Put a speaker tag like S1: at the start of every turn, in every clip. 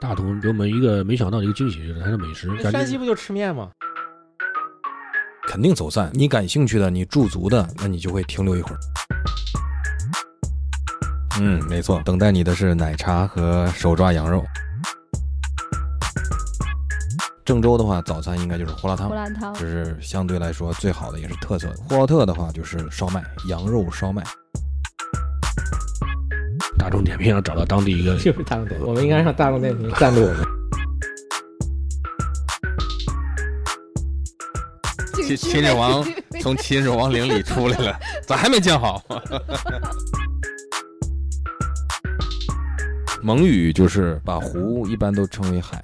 S1: 大同给我们一个没想到的一个惊喜，就是它的美食，感
S2: 山西
S1: 觉
S2: 不就吃面吗？
S3: 肯定走散。你感兴趣的，你驻足的，那你就会停留一会儿。嗯，没错，等待你的是奶茶和手抓羊肉。郑州的话，早餐应该就是胡辣汤
S4: 胡，辣汤
S3: 这，啊是相对来说最好的，也是特色的。呼和浩特的话，就是烧麦，羊肉烧麦。
S1: 大众点评要找到当地一个
S2: 就是大众点评，我们应该让大众点评赞助我们。
S3: 秦秦始 皇从秦始皇陵里出来了，咋还没建好？ 蒙语就是把湖一般都称为海，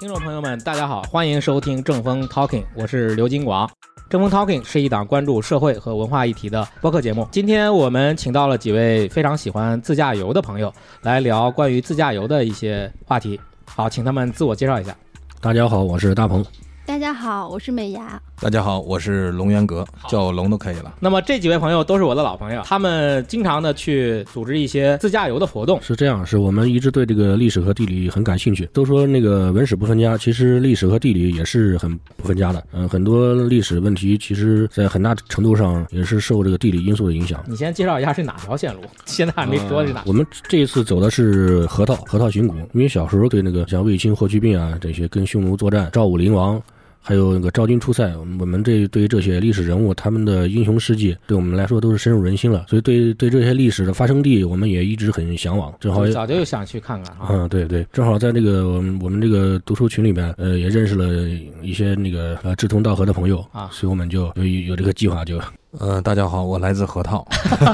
S2: 听众朋友们，大家好，欢迎收听正风 Talking，我是刘金广。正风 Talking 是一档关注社会和文化议题的播客节目。今天我们请到了几位非常喜欢自驾游的朋友来聊关于自驾游的一些话题。好，请他们自我介绍一下。
S1: 大家好，我是大鹏。
S4: 大家好，我是美牙，
S3: 大家好，我是龙源阁，叫龙都可以了。
S2: 那么这几位朋友都是我的老朋友，他们经常的去组织一些自驾游的活动。
S1: 是这样，是我们一直对这个历史和地理很感兴趣。都说那个文史不分家，其实历史和地理也是很不分家的。嗯、很多历史问题，其实在很大程度上也是受这个地理因素的影响。
S2: 你先介绍一下是哪条线路？现在还没说是哪。
S1: 呃
S3: 嗯
S1: 我们这一次走的是河套，河套巡古，因为小时候对那个像卫青、霍去病啊这些跟匈奴作战、赵武灵王。还有那个赵军出塞，我们这对于这些历史人物他们的英雄事迹，对我们来说都是深入人心了。所以对对这些历史的发生地，我们也一直很向往。正好也
S2: 早就想去看看啊！
S1: 嗯，对对，正好在这个我们我们这个读书群里面，呃，也认识了一些那个呃志同道合的朋友
S2: 啊
S1: 所以我们就有有这个计划就，
S3: 呃，大家好，我来自河套，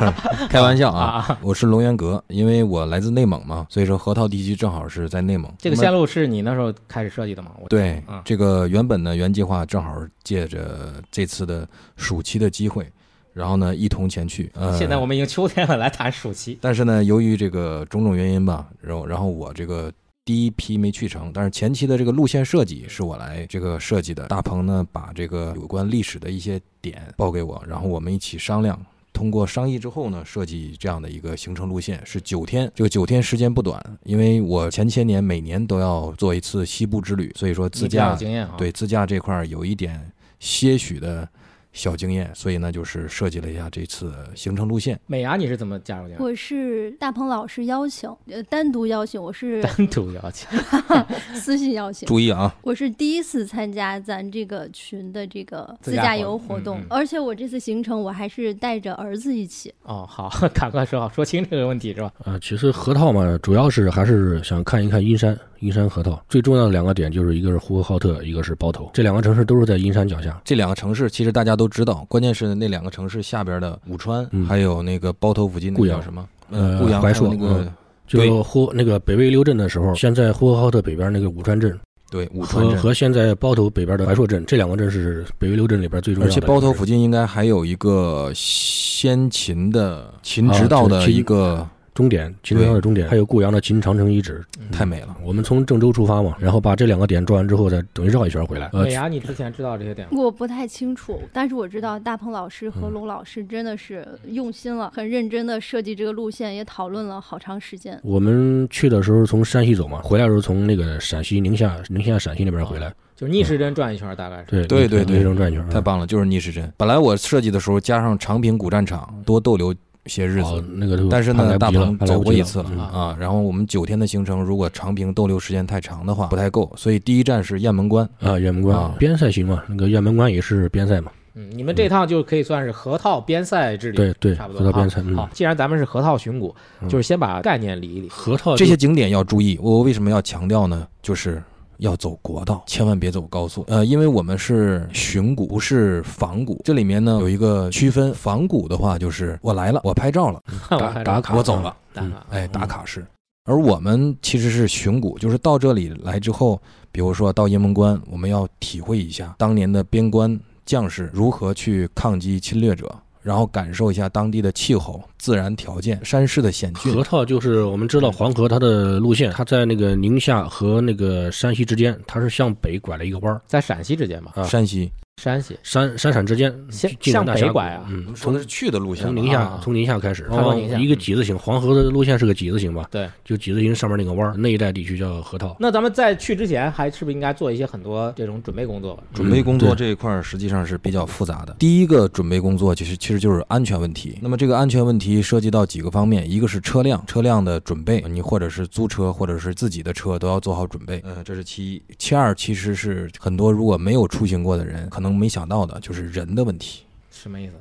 S3: 开玩笑啊，我是龙源阁，因为我来自内蒙嘛，所以说河套地区正好是在内蒙。
S2: 这个
S3: 那么
S2: 线路是你那时候开始设计的吗？我
S3: 对
S2: 嗯，
S3: 这个原本呢，原计划正好借着这次的暑期的机会，然后呢一同前去。
S1: 嗯
S3: 呃，
S2: 现在我们已经秋天了，来谈暑期。
S3: 但是呢，由于这个种种原因吧，然后然后我这个第一批没去成，但是前期的这个路线设计是我来这个设计的。大鹏呢，把这个有关历史的一些点报给我，然后我们一起商量。通过商议之后呢，设计这样的一个行程路线是九天，这个九天时间不短，因为我前些年每年都要做一次西部之旅，所以说
S2: 你
S3: 自
S2: 比较
S3: 驾
S2: 有经验啊！，
S3: 对自驾这块儿有一点些许的小经验，所以呢，就是设计了一下这次行程路线。
S2: 美牙你是怎么加入进来的？
S4: 我是大鹏老师邀请，呃，单独邀请，我是
S2: 单独邀请，
S4: 私信邀请，
S3: 注意啊，
S4: 我是第一次参加咱这个群的这个
S2: 自
S4: 自驾
S2: 驾活
S4: 游
S2: 动
S4: 活
S2: 嗯
S4: 动，
S2: 嗯
S4: 而且我这次行程我还是带着儿子一起，
S2: 哦，好， 赶快说好，说清这个问题是吧？
S1: 呃，其实河套嘛，主要是还是想看一看阴山，阴山河套最重要的两个点就是一个是呼和浩特，一个是包头，这两个城市都是在阴山脚下。
S3: 这两个城市其实大家都知道，关键是那两个城市下边的武川，
S1: 嗯
S3: 还有那个包头附近那
S1: 固
S3: 个
S1: 阳
S3: 叫什么？
S1: 呃
S3: 固阳
S1: 怀
S3: 还有
S1: 朔
S3: 那个、
S1: 嗯
S3: 对
S1: 就呼那个北魏六镇的时候，现在呼和浩特北边那个武川镇
S3: 对武川
S1: 和
S3: 镇。
S1: 和现在包头北边的怀朔镇，这两个镇是北魏六镇里边最重要
S3: 而
S1: 的。
S3: 且包头附近应该还有一个先秦的秦
S1: 啊
S3: 直道
S1: 这
S3: 的
S1: 秦
S3: 一个，
S1: 终点，秦朝的终点，还有固阳的秦长城遗址，
S3: 嗯太美了。
S1: 我们从郑州出发嘛，然后把这两个点转完之后，再等于绕一圈回来。呃
S2: 美，牙，你之前知道这些点吗？
S4: 我不太清楚，但是我知道大鹏老师和龙老师真的是用心了，很认真的设计这个路线，也讨论了好长 时间。
S1: 我们去的时候从山西走嘛，回来的时候从那个陕西宁夏、宁夏陕西那边回来。
S2: 就是逆时针转一圈，大概是。
S1: 对
S3: 对对对
S1: 内城转一圈。
S3: 太棒了，就是逆时针。本来我设计的时候加上长平古战场多逗留些日
S1: 哦
S3: 子，
S1: 那个就
S3: 但是
S1: 怕来
S3: 呢，
S1: 不
S3: 大
S1: 及了
S3: 鹏
S1: 怕来
S3: 走
S1: 不
S3: 过
S1: 及
S3: 一次了
S1: 嗯
S3: 啊。然后我们九天的行程，如果长平逗留时间太长的话，不太够，所以第一站是雁门关。
S1: 啊，雁门关
S3: 啊
S1: 边塞行嘛，那个雁门关也是边塞嘛。
S2: 嗯，你们这趟就可以算是河套边塞之旅，
S1: 对对，
S2: 差不
S1: 河
S2: 多
S1: 套边塞。
S2: 啊
S1: 嗯
S2: 好，既然咱们是河套巡古，
S1: 嗯
S2: 就是先把概念理一理。
S1: 河套
S3: 这
S1: 就
S3: 些景点要注意。我为什么要强调呢？就是要走国道，千万别走高速。呃，因为我们是巡谷，不是仿谷。这里面呢有一个区分，仿谷的话就是我来了，我拍照了，
S2: 我
S1: 打
S2: 看
S1: 打
S2: 着
S1: 卡，
S3: 我走了，
S2: 打卡，
S1: 哦
S3: 哎，打
S2: 嗯
S3: 卡式。而我们其实是巡谷，就是到这里来之后，比如说到雁门关，我们要体会一下当年的边关将士如何去抗击侵略者，然后感受一下当地的气候、自然条件、山势的险峻
S1: 河，套就是我们知道黄河它的路线，它在那个宁夏和那个山西之间，它是向北拐了一个弯儿，
S2: 在陕西之间嘛，
S1: 啊
S3: 山西。
S2: 山西
S1: 山山陕之间
S2: 向
S1: 进入
S2: 向
S1: 大峡
S2: 北
S1: 谷
S2: 拐啊，
S1: 嗯，
S3: 从是去的路线
S1: 从
S3: 吧
S1: 宁夏
S2: 啊
S1: 从宁夏开
S3: 哦
S1: 始，
S2: 它
S1: 它
S2: 从
S1: 往
S2: 宁夏
S3: 嗯
S1: 一个几字形，黄河的路线是个几字形吧？
S2: 对，
S1: 就几字形上面那个弯儿，那一带地区叫河
S3: 嗯
S1: 套。
S2: 那咱们在去之前，还是不是应该做一些很多这种准备工作吧？
S3: 准备
S1: 嗯
S3: 工作
S1: 对
S3: 这一块儿实际上是比较复杂的。第一个准备工作就是其实就是安全问题。那么这个安全问题涉及到几个方面，一个是车辆，车辆的准备，你或者是租车或者是自己的车都要做好准备。嗯，这是其一。其二其实是很多如果没有出行过的人可能没想到的，就是人的问题。
S2: 什么意思？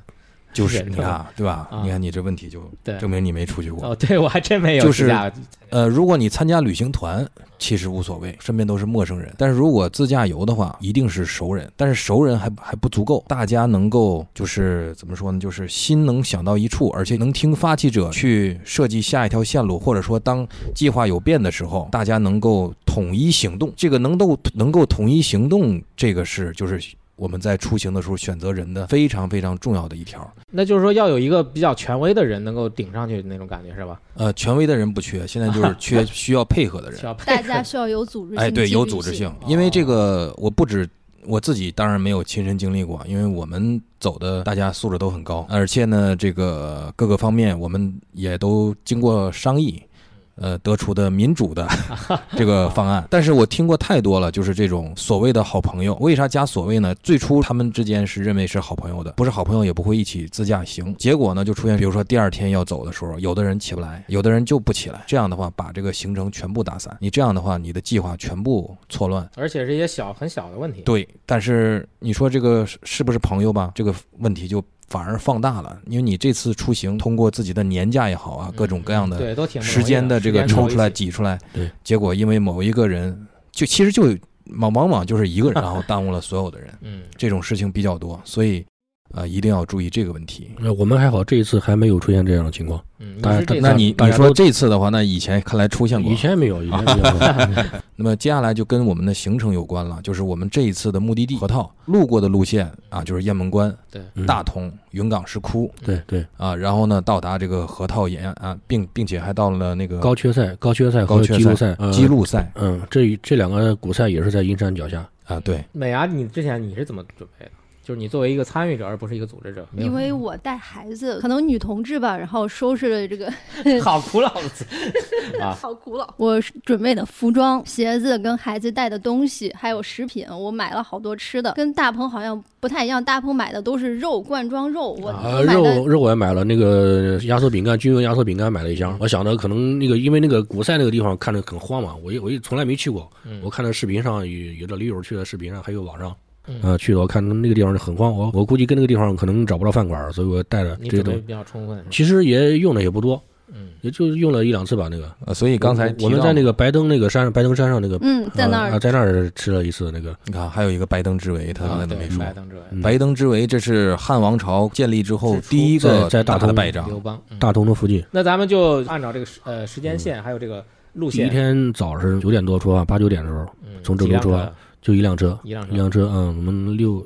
S3: 就是
S2: 人
S3: 你
S2: 的
S3: 看啊，对吧？
S2: 啊
S3: 你看你这问题就
S2: 对
S3: 证明你没出去过。
S2: 哦，对我还真没有
S3: 就是
S2: 自驾
S3: 呃，如果你参加旅行团，其实无所谓，身边都是陌生人。但是如果自驾游的话，一定是熟人，但是熟人还还不足够，大家能够就是怎么说呢，就是心能想到一处，而且能听发起者去设计下一条线路，或者说当计划有变的时候，大家能够统一行动。这个能够能够统一行动，这个是就是。我们在出行的时候选择人的非常非常重要的一条，
S2: 那就是说要有一个比较权威的人能够顶上去那种感觉是吧？
S3: 呃，权威的人不缺，现在就是缺需要配合的人
S2: 需。要配
S4: 大
S2: 合
S4: 家需要有组织性，
S3: 哎，对，
S4: 纪
S3: 有
S4: 律
S3: 组织性，
S2: 哦
S3: 因为这个我不止我自己，当然没有亲身经历过，因为我们走的大家素质都很高，而且呢，这个各个方面我们也都经过商议。呃，得出的民主的这个方案，但是我听过太多了，就是这种所谓的好朋友，为啥加所谓呢？最初他们之间是认为是好朋友的，不是好朋友也不会一起自驾行。结果呢，就出现比如说第二天要走的时候，有的人起不来，有的人就不起来，这样的话把这个行程全部打散，你这样的话你的计划全部错乱，
S2: 而且是一些小很小的问题。
S3: 对，但是你说这个是是不是朋友吧？这个问题就反而放大了，因为你这次出行，通过自己的年假也好啊，各种各样的
S2: 嗯对都挺不容易
S3: 时间
S2: 的
S3: 这个
S2: 时间
S3: 抽
S2: 凑
S3: 出来
S2: 一起
S3: 挤出来，
S1: 对，
S3: 结果因为某一个人，就其实就往往往就是一个人，然后耽误了所有的人，
S2: 嗯，
S3: 这种事情比较多，所以呃一定要注意这个问题。
S1: 那我们还好，这一次还没有出现这样的情况，
S2: 嗯，
S1: 大
S2: 你
S1: 家
S2: 是
S1: 大
S2: 这
S3: 那
S1: 家
S2: 次
S3: 你
S1: 大
S3: 你
S1: 家
S3: 说
S1: 都嗯
S3: 这次的话，那以前看来出现过，
S1: 以前没有，以前没 有。
S3: 那么接下来就跟我们的行程有关了，就是我们这一次的目的地河套路过的路线啊，就是雁门关、
S2: 对
S1: 嗯
S3: 大同、云冈石窟
S1: 对对，
S3: 啊，然后呢到达这个河套沿岸啊，并并且还到了那个
S1: 高缺赛、高缺赛
S3: 嗯高
S1: 和
S3: 阙
S1: 基路
S3: 赛
S1: 赛、呃
S3: 基路赛
S1: 嗯，这这两个古赛也是在阴山脚下。
S3: 啊，对，
S2: 美伢，你之前你是怎么准备的？就是你作为一个参与者，而不是一个组织者，没有
S4: 因为我带孩子，可能女同志吧，然后收拾了这个
S2: 好古老 的词啊，
S4: 好古老。我准备的服装、鞋子跟孩子带的东西，还有食品，我买了好多吃的，跟大鹏好像不太一样。大鹏买的都是肉，罐装肉，我
S1: 啊，
S4: 嗯我买的
S1: 肉肉我也买了，那个压缩饼干，军用压缩饼干买了一箱。我想着可能那个，因为那个古赛那个地方看着很荒嘛，我也我也从来没去过。
S4: 嗯
S1: 我看到视频上有有的驴友去的视频上，还有网上，
S2: 嗯
S1: 呃，去的我看他们那个地方很荒，我我估计跟那个地方可能找不着饭馆，所以我带了
S2: 你
S1: 这些东
S2: 准备
S1: 西。
S2: 比较充分，
S1: 其实也用的也不多，
S2: 嗯，
S1: 也就用了一两次吧。那个
S3: 呃所以刚才
S1: 我们在那
S3: 个
S1: 个白登那个山，白登山上那个，
S4: 嗯，在那
S1: 呃
S4: 儿、
S1: 啊在那儿吃了一次那个，
S3: 你看还有一个白登之围， 他刚才都没说
S2: 啊白。登者
S1: 嗯
S3: 白登之围，这是汉王朝建立之后
S2: 之初
S3: 第一个
S1: 在在大
S3: 啊大嗯的
S1: 同
S3: 败仗，
S2: 刘邦。嗯
S1: 大同的附近。
S2: 那咱们就按照这个时呃时间线，还有这个路
S1: 第一
S2: 线，
S1: 天早上九点多出发，八九点的时候
S2: 嗯
S1: 从郑州出发，就一辆车，
S2: 一辆车
S1: 一辆车，嗯，我们六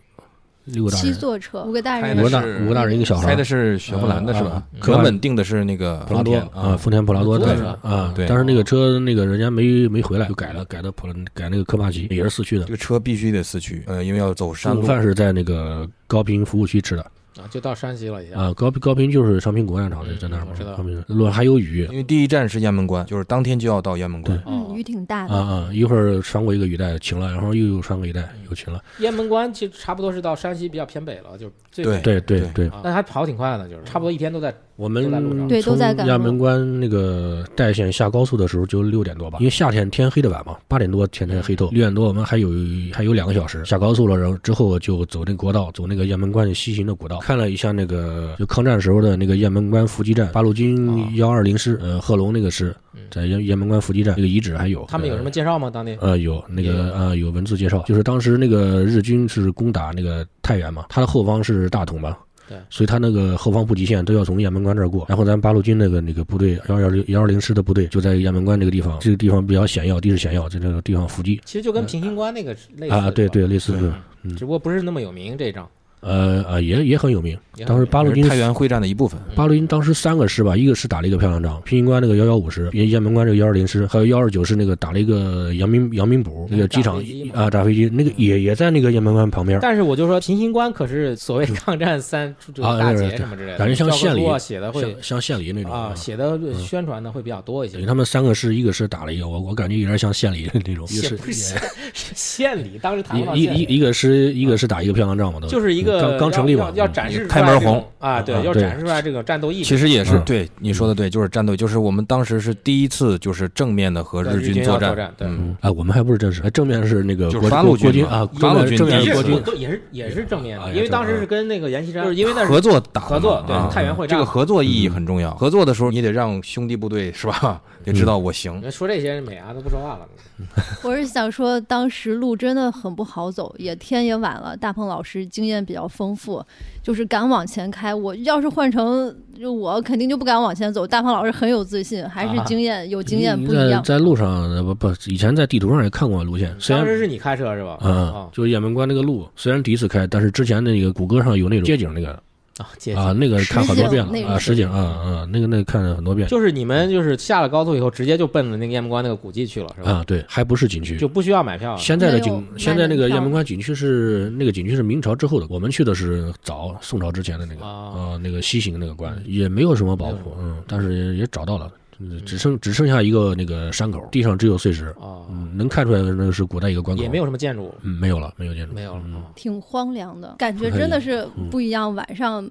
S1: 六个大
S4: 七
S1: 人，
S4: 座车，五个大
S3: 开
S4: 人
S1: 五个
S3: 的是
S1: 大五个大人一个小孩
S3: 开
S1: 儿
S3: 的，是雪佛兰的是
S1: 啊
S3: 吧
S1: 啊？
S2: 啊
S3: 原本定的是那个
S1: 普拉多
S3: 丰田啊，
S1: 丰田普拉多
S2: 对
S1: 但是
S2: 是吧
S1: 啊，
S3: 对
S1: 但是那个车那个人家没没回来，就改了，改的普拉改那个科帕奇，也是四驱的
S3: 这。个车必须得四驱，呃，因为要走山
S1: 午
S3: 路。
S1: 饭是在那个高平服务区吃的
S2: 啊，就到山西了已经。
S1: 啊，高高平就是昌平国战场，
S2: 嗯
S1: 在那儿
S2: 我
S1: 嘛
S2: 知道。
S1: 高平路上还有雨
S3: 因为第一站是雁门关，就是当天就要到雁门关。
S4: 嗯，
S2: 哦
S4: 雨挺大
S1: 啊
S4: 的。
S1: 啊，一会儿穿过一个雨带晴了，然后又穿过一带又晴了。
S2: 雁门关其实差不多是到山西比较偏北了，就最
S3: 对
S2: 北
S1: 对对对，
S2: 啊，但还跑挺快的，就是差不多一天都在。
S1: 我们
S2: 都在路上
S4: 对都
S1: 从
S4: 在赶
S1: 亚
S4: 路
S1: 门关那个代县下高速的时候就六点多吧，因为夏天天黑的晚嘛，八点多天才黑透，六点多我们还有还有两个小时下高速了，然后之后就走那个国道，走那个雁门关的西行的古道，看了一下那个就抗战时候的那个雁门关伏击战，八路
S2: 啊
S1: 军幺二零师，呃，贺龙那个师
S2: 嗯，
S1: 在雁雁门关伏击战那个遗址还有，
S2: 他们有什么介绍吗？当地？
S1: 呃，有那
S2: 也有
S1: 个呃有文字介绍，就是当时那个日军是攻打那个太原嘛，他的后方是大同吧。
S2: 对
S1: 所以他那个后方补给线都要从雁门关这儿过，然后咱八路军那个那个部队幺幺零幺二零师的部队就在雁门关这个地方，这个地方比较险要，地势险要，在这个地方伏击
S2: 其实就跟平型关那个是类似
S1: 啊，
S2: 的
S1: 对，对，类似
S3: 对
S1: 的，
S2: 只不过不是那么有名这一仗。
S1: 呃啊、也也很有名。
S2: 也很
S1: 当时
S2: 有名
S1: 八路
S3: 也
S1: 军
S3: 是太原会战的一部分。
S1: 八路军当时三个师吧，一个师打了一个漂亮仗，平型关那个幺幺五师，雁雁门关这个幺二零师，还有幺二九师那个打了一个阳明阳明补那个机
S2: 打
S1: 场
S2: 飞机嘛
S1: 啊打飞机，那个也也在那个雁门关旁边。
S2: 但是我就说，平型关可是所谓抗战三这个
S1: 啊
S2: 大
S1: 对
S2: 捷
S1: 对
S2: 什么之类的，
S1: 感觉像
S2: 教科
S1: 县里
S2: 书啊写的会
S1: 像像县里那种
S2: 啊，写的宣传的会比较多一
S1: 等于
S2: 些。
S1: 他们三个嗯师，一个师打了一个，我我感觉有点像县里的那种，一
S2: 县
S1: 个
S2: 不是
S1: 师
S2: 县，是县里当时谈不上
S1: 一
S2: 县
S1: 一
S2: 里，
S1: 一个师一个师打一个漂亮仗嘛，都
S2: 就是一个
S1: 刚刚成立
S2: 要
S1: 嘛
S2: 要，要
S1: 嗯
S2: 展示
S3: 开门
S2: 出来这种
S3: 红
S2: 啊，对
S1: 啊，
S2: 要
S1: 对
S2: 展示出来这种战斗意识。
S3: 其实也是
S1: 嗯
S3: 对你说的对，就是战斗，就是我们当时是第一次就是正面的和
S2: 对日
S3: 日
S2: 军
S3: 作
S2: 要作战对
S3: 嗯，
S1: 嗯哎，我们还不是正式，哎正面是那个
S3: 就是
S1: 国
S3: 八路
S1: 国
S3: 军
S1: 军
S3: 嘛
S1: 啊，
S3: 八路
S1: 正面
S3: 军
S1: 正面
S3: 第
S1: 是
S3: 一
S2: 也
S1: 国
S2: 是
S3: 次
S1: 军，
S2: 都也是也是正面
S1: 啊
S2: 的，
S1: 也
S2: 因为
S1: 正
S2: 当时
S1: 啊
S2: 是跟那个阎锡山，
S3: 就
S2: 就是是因为那
S3: 合作打的嘛
S2: 合作对
S3: 啊
S2: 太原会
S3: 这
S2: 战
S3: 个
S2: 嘛
S3: 合作意义很重要。合作的时候，你得让兄弟部队是吧， 得知道我
S2: 你
S3: 行。
S2: 们说这些美伢都不说话了。
S4: 我是想说，当时路真的很不好走，也天也晚了。大鹏老师经验比较丰富，就是敢往前开。我要是换成就我，肯定就不敢往前走。大鹏老师很有自信，还是
S1: 啊
S4: 经验、有经验
S1: 你
S4: 不一样。
S1: 嗯在在路上呃不不，以前在地图上也看过路线，虽然
S2: 当时是你开车是吧？啊
S1: 嗯，就是雁门关那个路，虽然第一次开，但是之前那个谷歌上有那种街景那个
S2: 啊，姐，
S1: 啊，那个看好多遍
S4: 实景那
S1: 了
S4: 种
S1: 啊，实景啊啊，那个那个看了很多遍
S2: 就是你们就是下了高速以后，直接就奔着那个雁门关那个古迹去了是吧？
S1: 啊，对，还不是景区。
S2: 就不需要买票了。
S1: 现在的
S4: 没有
S1: 景
S4: 买，
S1: 现在那个
S4: 门票
S1: 雁门关景区是那个景区是明朝之后的，我们去的是早宋朝之前的那个
S2: 啊
S1: 啊那个西行那个关，也没有什么保护，嗯，但是也找到了，嗯只剩只剩下一个那个山口，地上只有碎石，
S2: 啊，
S1: 嗯，能看出来的那个是古代一个关口，
S2: 也没有什么建筑，
S1: 嗯，没有了，没有建筑，
S2: 没有了
S1: 嗯
S2: 啊。
S4: 挺荒凉的，感觉真的是不一样。晚上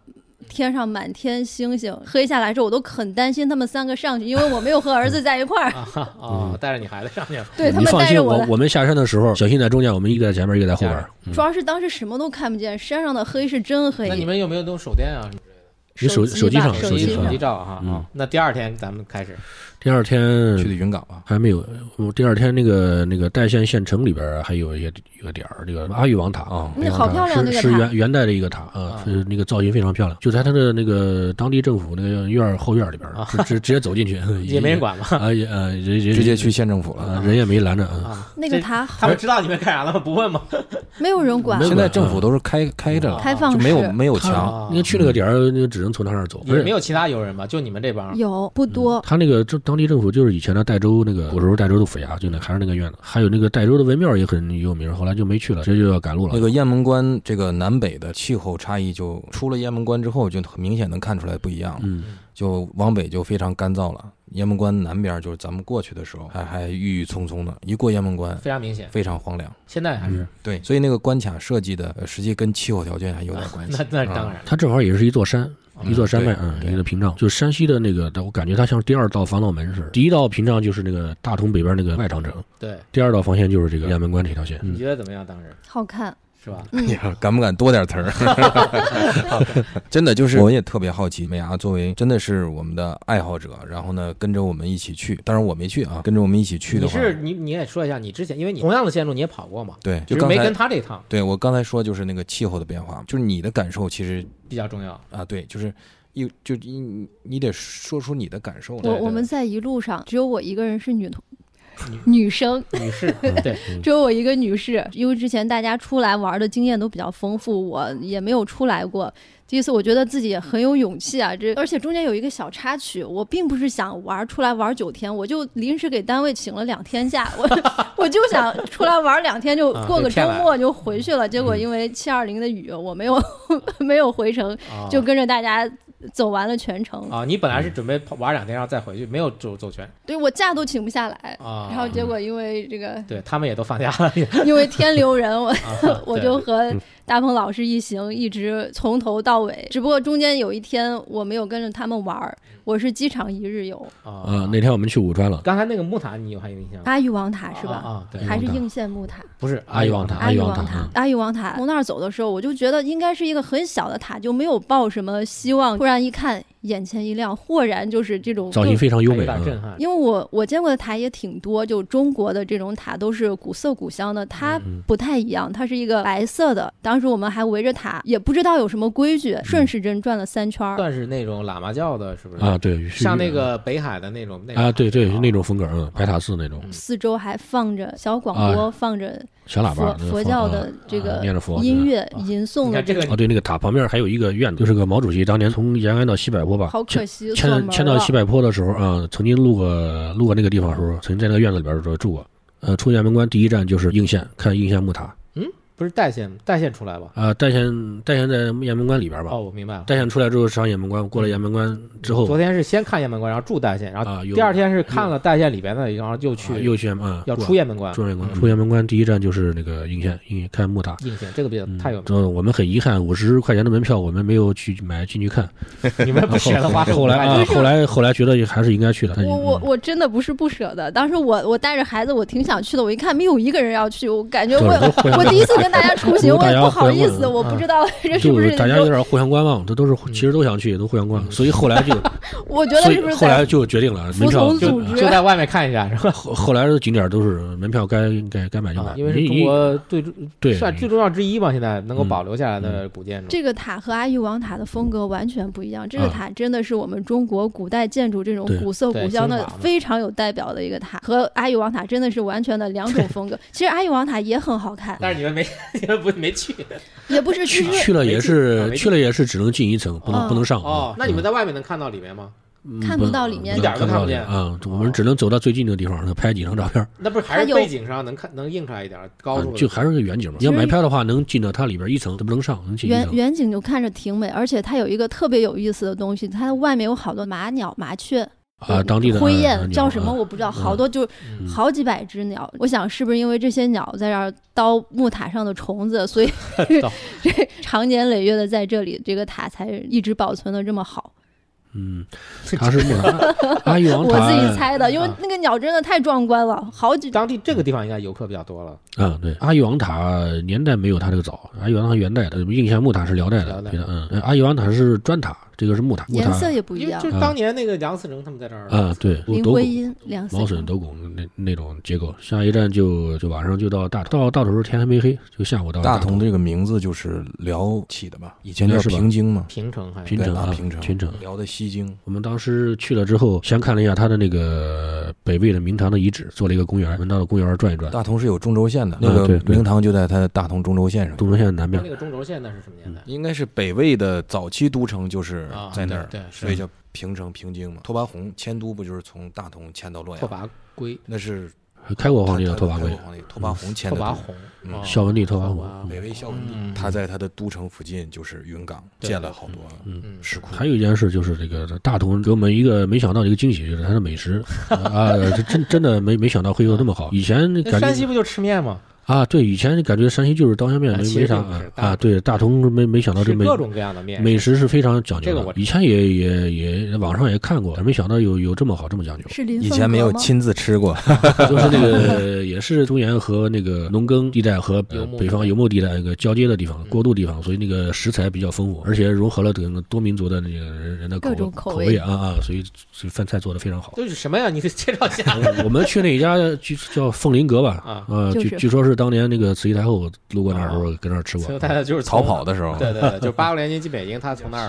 S4: 天上满天星星，黑下来之后，我都很担心他们三个上去，因为我没有和儿子在一块儿，
S2: 啊哈
S1: 嗯
S2: 啊！带着你孩子上去了，
S4: 对他
S1: 你
S4: 们
S1: 放
S4: 带
S1: 心，
S4: 着
S1: 我
S4: 来。
S1: 们下山的时候，小心在中间，我们一个在前面，一个在后边儿。嗯
S4: 主要是当时什么都看不见，山上的黑是真黑
S2: 那。你们有没有用手电啊？
S1: 你哎手
S4: 手吧
S1: 手机上
S4: 手
S1: 手
S4: 机
S1: 机
S2: 手
S1: 上
S2: 机照啊
S1: 嗯
S2: 啊！那第二天咱们开始
S1: 第二
S3: 去的
S1: 天
S3: 云冈吧，
S1: 还没有，我第二天那个那个代县县城里边儿啊还有一些有个点儿，这个阿育王塔
S3: 啊
S1: 阿育王
S4: 那好漂亮
S1: 塔
S4: 那个
S1: 是是
S4: 塔
S1: 元元代的一个塔啊，
S2: 啊
S1: 是那个造型非常漂亮，就在他的那个当地政府那个院儿后院里边儿，直直直接走进去
S2: 也没人管嘛
S1: 啊，也呃人人
S3: 直接去县政府了。
S1: 啊，人也没拦着啊。
S2: 啊！
S4: 那个
S2: 这
S4: 塔
S2: 他们知道你们干啥了吗？不问吗？
S4: 没有人管
S1: 没，
S3: 现在政府都是开开着了，
S4: 开放
S3: 就
S4: 式
S3: 没有没有墙。
S2: 啊
S1: 你看去那个点儿，那只能从他那儿走，
S2: 也
S1: 而且
S2: 没有其他游人吧？就你们这帮
S4: 有不多。
S1: 他那个政当地政府就是以前的代州那个古时候代州的府衙，就那还是那个院子，还有那个代州的文庙也很有名，后来就没去了，直接就要赶路了。
S3: 那个雁门关这个南北的气候差异，就出了雁门关之后，就很明显能看出来不一样了。
S1: 嗯，
S3: 就往北就非常干燥了。雁门关南边就是咱们过去的时候还还郁郁葱葱的，一过雁门关
S2: 非常明显，
S3: 非常荒凉。
S2: 现在还是
S3: 对，所以那个关卡设计的，呃实际跟气候条件还有点关系。
S2: 那那当
S3: 啊，
S2: 然
S1: 它正好也是一座山，一座山脉，
S3: 对
S1: 嗯，
S3: 对
S1: 一个屏障，就山西的那个，但我感觉它像第二道防盗门似的。第一道屏障就是那个大同北边那个外长城，
S2: 对。
S1: 第二道防线就是这个雁门关这条线。
S2: 你
S1: 嗯，
S2: 觉得怎么样？当时
S4: 好看，
S2: 是吧？
S3: 哎呀，敢不敢多点词儿？ 真的就是，我也特别好奇，美伢作为真的是我们的爱好者，然后呢跟着我们一起去，当然我没去啊，跟着我们一起去的
S2: 你
S3: 话，
S2: 是你你也说一下，你之前因为你同样的线路你也跑过嘛，
S3: 对，
S2: 只
S3: 就是刚
S2: 没跟
S3: 才
S2: 他这趟
S3: 对我刚才说就是那个气候的变化，就是你的感受其实
S2: 比较重要。
S3: 啊，对，就是一就你你你得说出你的感受
S4: 我
S3: 来。
S2: 对
S4: 我们在一路上只有我一个人是女同
S2: 女
S4: 女生，
S2: 女士， 对，
S4: 只有我一个女士，因为之前大家出来玩的经验都比较丰富，我也没有出来过。第一次，我觉得自己很有勇气啊！这而且中间有一个小插曲，我并不是想玩出来玩九天，我就临时给单位请了两天假，我我就想出来玩两天，就
S2: 啊
S4: 过
S2: 被
S4: 个
S2: 骗嗯
S4: 周
S2: 来
S4: 末就回去了。结果因为七二零的雨，我没有 没有回城，
S2: 啊
S4: 就跟着大家走完了全程。
S2: 啊，你本来是准备跑玩两天，然后再回去，没有走走全
S4: 对我假都请不下来，
S2: 啊。
S4: 然后结果因为这个，
S2: 对他们也都放假 了，
S4: 因为天留人，我
S2: 啊
S4: 我
S2: 对
S4: 就和大鹏老师一行一直从头到尾，只不过中间有一天我没有跟着他们玩儿，我是机场一日游，
S1: 啊
S2: 啊，。
S1: 那天我们去武川了，
S2: 刚才那个木塔你有还有印象吗？
S4: 阿育王塔是
S2: 啊
S4: 吧？
S2: 啊，对，
S4: 还是应县木塔？
S2: 不是
S1: 阿育王塔
S2: 塔，
S1: 阿育
S4: 育
S1: 王
S4: 王
S1: 塔
S4: 塔
S1: 嗯，
S4: 阿育王塔。从那儿走的时候，我就觉得应该是一个很小的塔，就没有抱什么希望。突然一看，眼前一亮，豁然就是这种
S1: 造
S4: 更
S1: 型非常优
S2: 有
S1: 美。
S2: 点
S1: 嗯
S2: 震撼。
S4: 因为我我见过的塔也挺多，就中国的这种塔都是古色古香的，它
S1: 嗯
S4: 不太一样，它是一个白色的。当时我们
S1: 嗯
S4: 还围着塔，也不知道有什么规矩，顺时针转了三圈儿。
S2: 算是那种喇嘛教的，是不是？
S1: 啊啊，对，须
S2: 像那个北海的那种那种
S1: 啊，对对，
S2: 啊
S1: 是那种风格，嗯，白塔寺那种
S4: 四周还放着小广播，放着
S1: 小喇叭
S4: 佛，
S1: 哎那个
S4: 佛
S1: 风
S4: 教
S1: 啊
S4: 的这
S1: 啊
S4: 个
S1: 念着佛
S4: 音乐
S2: 啊
S4: 吟诵
S2: 你
S4: 的
S2: 看这个
S1: 哦，对，那个塔旁边还有一个院子，就是个毛主席当年从延安到西柏坡吧，
S4: 好可惜，
S1: 迁
S4: 锁门
S1: 啊到迁到
S4: 了
S1: 西柏坡的时候啊、曾经路过路过那个地方的时候，曾经在那个院子里边儿住过。呃，出雁门关第一站就是应县，看应县木塔
S2: 不是代县代县出来吧？
S1: 啊。代县代县在雁门关里边儿吧
S2: 哦，，我明白了。
S1: 代县出来之后上雁门关，过了雁门关之后
S2: 昨天是先看雁门关，然后住代县，然后
S1: 哦啊，有
S2: 第二天是看了代县里边的，然后又去、
S1: 啊又去啊，
S2: 要
S1: 过
S2: 出雁门关
S1: 出雁门关，出雁门关第一站就是那个应县，应看木塔。
S2: 应县，这个比较
S1: 嗯
S2: 太有名
S1: 这我们很遗憾，五十块钱的门票我们没有去买进去看。
S2: 了。你们不舍 得花
S1: 嗯后来啊，后来后来觉得还是应该去的。但
S4: 我我我真的不是不舍得，当时我我带着孩子，我挺想去的。我一看没有一个人要去，我感觉
S1: 对
S4: 我
S1: 都互相
S4: 我第一次跟大家出 行，
S1: 大
S4: 我也
S1: 家
S4: 不好
S1: 互相
S4: 意思，
S1: 问啊
S4: 我不知道 这是
S1: 就
S4: 不是
S1: 大家有
S4: 有
S1: 点互相观望，这都是
S2: 嗯
S1: 其实都想去，都互相观望，所以后来就
S4: 我 觉得
S1: 所
S4: 是不
S1: 以
S4: 是
S1: 后来
S4: 在
S1: 就决定了，
S4: 服
S1: 门票
S4: 从
S1: 就
S4: 组织
S2: 就在外面看一下，是吧？
S1: 后后来的景点都是门票该该该买就
S2: 啊
S1: 买，，
S2: 因为
S1: 你
S2: 是中
S1: 你
S2: 国最
S1: 对嗯
S2: 算最重要之一嘛，现在能够保留下来的古建筑。
S4: 这个塔和阿育王塔的风格完全不一样。这个
S1: 啊
S4: 塔真的是我们中国古代建筑这种
S1: 对
S4: 古色
S2: 对
S4: 古香
S2: 金
S4: 的
S2: 法嘛
S4: 非常有代表的一个塔，和阿育王塔真的是完全的两种风格。其实阿育王塔也很好看，
S2: 但是你们没， 你们不没去
S4: 也不是
S1: 去
S4: 只是
S1: 去了也
S2: 没
S1: 是
S2: 进
S1: 去了也是只能进一层，不能
S4: 哦
S1: 不能上啊
S2: 哦。那你
S1: 嗯
S2: 们在外面能看到里面吗？
S4: 看不到里面
S2: 一点儿都
S1: 看
S2: 看
S1: 到
S2: 不
S1: 里
S2: 见哦
S1: 啊，我们只能走到最近的地方，拍几张照片，
S2: 那不是还
S4: 它
S2: 是
S4: 有
S2: 背景上能看能映出来一点高
S1: 啊
S2: 度的？
S1: 就还是个远景嘛。你要买票的话，能进到它里边一层，都不能上，能进一
S4: 远
S1: 层。
S4: 远景就看着挺美，而且它有一个特别有意思的东西，它外面有好多麻鸟、麻雀
S1: 啊，当地的
S4: 灰
S1: 啊
S4: 雁
S1: 鸟
S4: 叫什么
S1: 啊
S4: 我不知道，
S1: 嗯
S4: 好多就
S2: 嗯
S4: 好几百只鸟。我想是不是因为这些鸟在这儿叨木塔上的虫子，所以
S2: 叨
S4: 这长年累月的在这里，这个塔才一直保存的这么好。
S1: 嗯，它是木 塔，阿育王
S4: 我
S1: 塔嗯
S4: 自己猜的，因为
S2: 啊
S4: 那个鸟真的太壮观了，好几
S2: 当地这个地方应该游客比较多了。
S1: 啊，对，阿育王塔年代没有它这个早，阿育王塔元代的，应县木塔是辽代
S2: 辽
S1: 的，
S2: 代
S1: 对的，嗯，阿育王塔是砖塔，这个是木塔，木
S4: 颜
S1: 塔
S4: 色也不一
S2: 因为
S4: 样
S2: 就，是当年那个梁思成他们在这儿，
S1: 啊，对，
S4: 林
S1: 斗
S4: 徽
S1: 拱、
S4: 因、梁思
S1: 毛
S4: 成，
S1: 笋、。斗拱那那种结构。下一站就就晚上就到大同到到头时候天还没黑，就下午到
S3: 大
S1: 同
S3: 同这个名字就是辽起的吧？以前
S1: 应
S3: 叫
S1: 该是吧
S3: 平津嘛，
S2: 平城还
S1: 平
S3: 对
S1: 城
S3: 啊
S1: 啊，
S3: 平城
S1: 平城。
S3: 辽的西京。
S1: 我们当时去了之后，先看了一下它的那个北魏的明堂的遗址，做了一个公园，我们到了公园转一转。
S3: 大同是有中轴线的，那
S1: 啊
S3: 个
S1: 对对
S3: 明堂就在它的大同中轴线上。
S1: 东城县的南边
S2: 那，个中轴线那是什么年代？
S3: 应该是北魏的早期都城就是
S2: 啊
S3: 在那儿，
S2: 对对是
S3: 所以叫平城、平津嘛。拓跋宏迁都不就是从大同迁到洛
S2: 拓
S3: 阳？
S2: 跋圭、
S3: 那是
S1: 开国皇帝
S3: 的
S1: 的拓跋圭，
S3: 皇帝拓跋宏迁
S2: 拓
S3: 的
S2: 跋
S3: 都。
S2: 宏、
S3: 嗯
S2: 哦
S1: 孝文帝拓跋宏
S2: 宏
S3: 北魏孝文帝，
S2: 嗯
S3: 他在他的都城附近就是云冈
S2: 对
S3: 建了好多
S2: 嗯
S3: 石窟。
S1: 还有一件事就是这个大同给我们一个没想到的一个惊喜，就是它的美 食啊，这真真的没没想到会有那么好。以前
S2: 那
S1: 感
S2: 啊山西
S1: 觉
S2: 不就吃面吗？
S1: 啊，对，以前感觉山西就是刀削面，
S2: 啊
S1: 没
S2: 其实
S1: 没啥
S2: 并不是大
S1: 啊，对，大同没没想到
S2: 吃
S1: 这美
S2: 各种各样的面，
S1: 美食是非常讲究
S2: 这个我
S1: 的，以前也也也网上也看过，没想到有有这么好这么讲究
S4: 是林
S3: 以
S4: 凤
S3: 前没
S4: 阁
S3: 有
S4: 吗
S3: 亲自吃 过，
S1: 就是那个也是中原和那个农耕地带和呃
S2: 游牧嗯
S1: 北方游牧地带一个交接的地方，过渡地方，所以那个食材比较丰富，而且融合了整个多民族的那个人人的口
S4: 各种口
S1: 口
S4: 味
S1: 味啊啊，所以所以饭菜做的非常好。
S2: 都是什么呀？你给介绍 一下。
S1: 我我们去那一家据叫凤林阁吧
S2: 啊，
S1: 呃，
S4: 就
S1: 据
S4: 是
S1: 据说是当年那个慈禧太后路过那儿的时
S2: 哦
S1: 候跟那儿吃过啊
S2: 所以，大家就是从
S3: 逃跑，的时候，
S2: 对对对，就八六年进北京，他从那儿，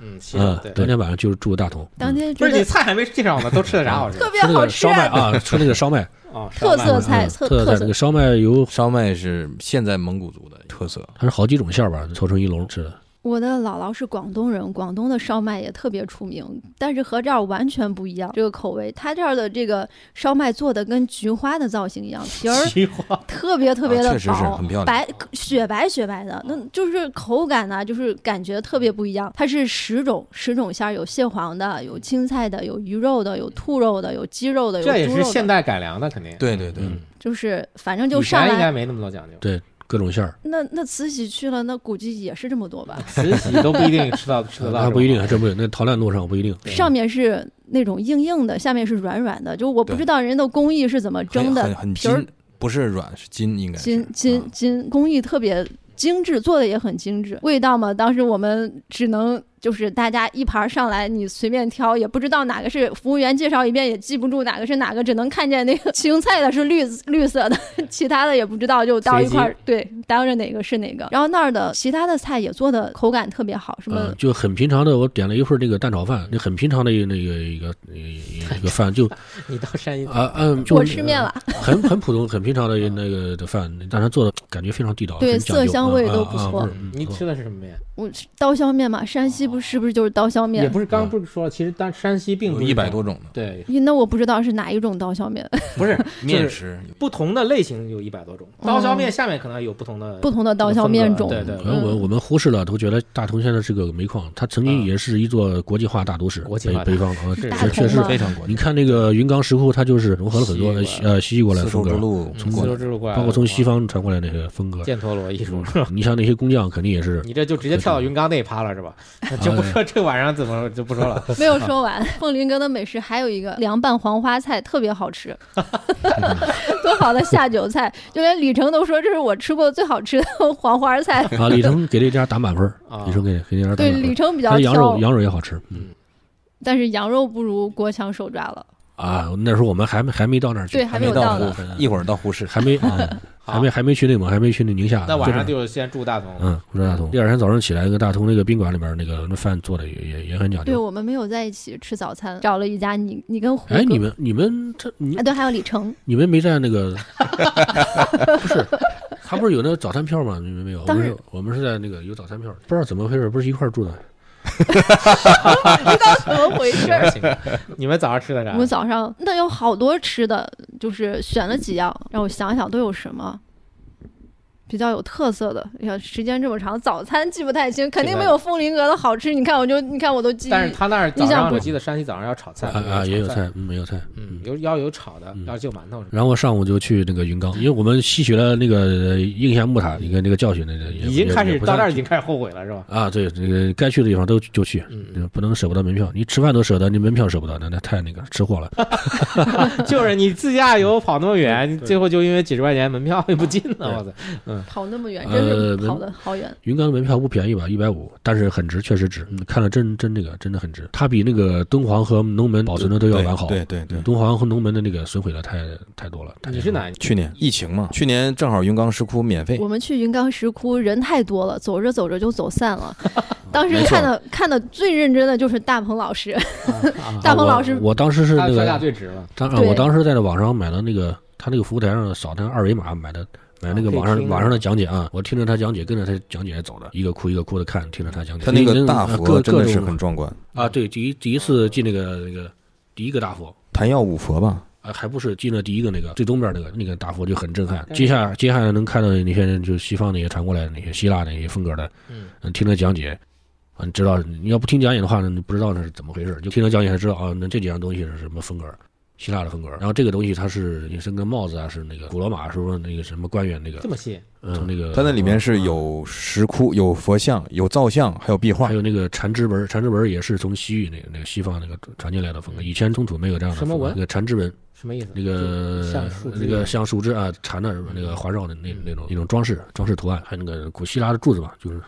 S2: 嗯，吸收
S1: 嗯，
S2: 对。
S1: 当天晚上就是住大同，
S4: 当天
S2: 不
S4: 觉
S2: 是你
S4: 得
S2: 菜还没介绍呢，都吃的啥好 吃
S4: 特别
S1: 吃那
S4: 好
S1: 个
S4: 吃
S1: 烧，麦啊，吃那个烧麦，
S2: 啊？
S4: 特色 菜
S1: 嗯
S4: 特
S1: 特
S4: 特
S1: 菜
S4: 色
S1: 那个烧麦有
S3: 烧麦是现在蒙古族的特色。
S1: 它是好几种馅儿吧，凑成一笼吃的。
S4: 我的姥姥是广东人，广东的烧麦也特别出名，但是和这儿完全不一样，这个口味。它这儿的这个烧麦做的跟菊花的造型一样， 皮儿
S2: 菊花
S4: 特别特别的
S3: 啊确实是
S4: 薄，
S3: 很漂亮
S4: 白雪白雪白的，那就是口感呢、就是感觉特别不一样。它是十种十种馅儿，有蟹黄的，有青菜的，有鱼肉的，有兔肉的，有鸡肉的，有
S2: 这也
S4: 猪
S2: 是
S4: 肉
S2: 现
S4: 的，
S2: 代改良的，肯定。
S3: 对对对，
S1: 嗯
S4: 就是反正
S2: 以
S4: 就上
S2: 前应
S4: 来
S2: 该。没那么多讲究，
S1: 各种馅儿，
S4: 那那慈禧去了，那估计也是这么多吧。
S2: 慈禧都不一定 吃到吃得到这
S1: 那
S2: 种。
S1: 不一定，还真不一定。那逃难路上不一定。
S2: 对
S4: 上面是那种硬硬的，下面是软软的，就我不
S3: 对
S4: 知道人的工艺是怎么蒸
S3: 很
S4: 的
S3: 很，很
S4: 皮儿
S3: 筋，不是软是筋，应该是
S4: 筋筋
S3: 啊
S4: 筋，工艺特别精致，做的也很精致。味道嘛，当时我们只能就是大家一盘儿上来，你随便挑，也不知道哪个是服务员介绍一遍也记不住哪个是哪个，只能看见那个青菜的是绿绿色的，其他的也不知道，就到一块儿对，当着哪个是哪个。然后那儿的其他的菜也做的口感特别好，什么、
S1: 嗯，就很平常的，我点了一份那个蛋炒饭，那很平常的一那个一个一个一个饭，就
S2: 你到山西，
S1: 啊嗯，就
S4: 我吃面了，
S1: 很很普通、很平常的那个的饭，但是做的感觉非常地道，
S4: 对
S1: 很讲究
S4: 色香味都不
S1: 啊啊
S4: 错
S1: 啊味儿嗯
S2: 你
S1: 不错
S2: 吃的是什么面？
S4: 我吃刀削面嘛，山西不是不是就是刀削
S2: 也
S4: 面？
S2: 不是，刚刚
S3: 嗯
S2: 不是说了，其实当山西并不
S3: 有
S2: 是
S3: 一百多种呢，
S2: 对，
S4: 咦那我不知道是哪一种刀削面，
S2: 不是
S3: 面
S2: 就是
S3: 食有
S2: 不同的类型有一百多种，
S4: 哦
S2: 刀削面下面可能有不同的
S4: 不同的刀削面种。
S2: 对对
S1: 可能我
S4: 嗯
S1: 我们忽视了，都觉得大同现在是个煤矿，它曾经
S2: 嗯
S1: 也是一座国际化大都市，
S2: 国际
S1: 北
S2: 化大
S1: 北方啊，
S2: 是
S1: 确
S4: 大
S1: 实
S4: 同
S1: 确实
S4: 嘛
S3: 非常广。
S1: 你看那个云冈石窟，它就是融合了很多的
S2: 吸
S1: 呃西域过来
S3: 丝
S1: 风
S3: 绸之
S1: 格，
S3: 路
S2: 嗯
S3: 从
S2: 丝
S3: 过
S2: 绸
S3: 来，
S2: 之路嗯过来，
S1: 包括从西方传过来那个风格。
S2: 犍陀罗艺术。
S1: 你像那些工匠，肯定也是
S2: 你这就直接跳到云冈那一趴了是吧？ 就不说这晚上怎么就不说 了。
S4: 没有说完，凤林阁的美食还有一个凉拌黄花菜，特别 好吃，多好的下酒菜！就连李成都说这是我吃过最好吃的黄 花菜。
S1: 啊，李成给这家打满分儿，
S2: 啊
S1: 李成给给这家打
S4: 对，
S1: 满分
S4: 李
S1: 儿。
S4: 成比较
S1: 但是羊
S4: 挑
S1: 肉，羊肉也好吃，嗯
S4: 但是羊肉不如国强手抓了。
S1: 啊，那时候我们还没还没到那儿去，
S4: 对，还没
S3: 没
S4: 有
S3: 到
S4: 到
S3: 呼
S4: 呢。
S1: 呢
S3: 一会儿到呼市，
S1: 还 没啊，还没还没去内蒙，还没去那宁夏。
S2: 那晚上
S1: 就
S2: 就先住大同，
S1: 嗯，不是大同。第二天早上起来，那个大同那个宾馆里边那个那饭做的也也也很讲
S4: 对
S1: 究。
S4: 我们没有在一起吃早餐，找了一家你你跟胡哥，
S1: 哎，你们你们这你
S4: 啊对，还有 李成，
S1: 你们没在那 个？不是，他不是有那个早餐票吗？你们没有？我
S4: 当
S1: 们
S4: 然
S1: 是我们是在那个有早餐票，不知道怎么回事，不是一块儿住的。
S4: 知道怎么回事儿？
S2: 行， 你们早上吃的啥
S4: 我？们早上那有好多吃的，就是选了几样，让我想想都有什么比较有特色的。你看时间这么长，早餐记不太清，肯定没有凤林阁的好吃。你看我就你看我都记
S2: 但是
S4: 忆。
S2: 他那儿早
S4: 印象
S2: 上
S4: 不
S2: 我记得山西早上要炒菜
S1: 啊啊，也有
S2: 炒
S1: 菜，嗯，也有菜。
S2: 嗯，有要有炒的
S1: 嗯，
S2: 要就馒头什么的。
S1: 然后上午就去那个云冈，因为我们吸取了那个应县木塔一个那个教训，那个嗯也
S2: 已经开
S1: 也
S2: 始
S1: 不太
S2: 到那儿已经开始后悔了 是吧？
S1: 啊，对，这个该去的地方都就去，
S2: 嗯，
S1: 不能舍不得门票。你吃饭都舍得，你门票舍不得，那那太那个吃 货了。
S2: 嗯就是你自驾游跑那么远，你最后就因为几十块钱门票也不进了，我操！
S4: 跑那么远，真
S1: 呃
S4: 是跑的好远。
S1: 云冈的门票不便宜吧，一百五，但是很值，确实值。嗯看了真真那个真的很值，它比那个敦煌和农门保存的都要完好。
S3: 对对对。
S1: 敦煌和农门的那个损毁的太太多了。太
S2: 你是哪？
S3: 去年疫情嘛，去年正好云冈石窟免费
S4: 我，们去云冈石窟人太多了，走着走着就走散 了。当时看的看的最认真的就是大鹏老师，
S2: 啊
S1: 啊
S4: 大鹏老师
S1: 我我当时是
S2: 他
S1: 那
S2: 票价
S1: 个，
S2: 最值了，
S1: 当啊
S4: 对
S1: 我当时在那网上买了那个，他那个服务台上扫那个二维码买的。买那个
S2: 啊可以
S1: 网上
S2: 听
S1: 网上的讲解啊，我听着他讲解，跟着他讲解走的，一个哭一个哭的看，听着他讲解。
S3: 它
S1: 所
S3: 那
S1: 以
S3: 个
S1: 人
S3: 大
S1: 呃
S3: 佛
S1: 各
S3: 真
S1: 各
S3: 的是
S1: 种
S3: 很壮观，
S1: 啊，对，第一第一次进那个那个第一个大佛，
S3: 昙曜五佛吧，
S1: 啊，还不是进了第一个那个最东边那个那个大佛就很震撼。接下接下来能看到的那些人，就西方那些传过来的那些希腊那些风格的，
S2: 嗯，
S1: 听他讲解，嗯，知道你要不听讲解的话呢，你不知道那是怎么回事，就听他讲解才知道啊，那这几样东西是什么风格。希腊的风格，然后这个东西它是也是跟帽子啊，是那个古罗马时候那个什么官员那个
S2: 这，么细，
S1: 嗯，那个
S3: 它那里面是有石窟、有佛像、有造像，还有壁画
S1: 还。有那个缠枝纹，缠枝纹也是从西域那个那个西方那个传进来的风格，以前中土没有这样的
S2: 什么
S1: 风格
S2: 纹
S1: 那个缠枝纹，
S2: 什么意思？
S1: 那个
S2: 就像树枝
S1: 那
S2: 一
S1: 个
S2: 样
S1: 像树枝啊缠的那个环绕的那
S2: 嗯
S1: 那种那种装饰装饰图案，还有那个古希腊的柱子吧，就是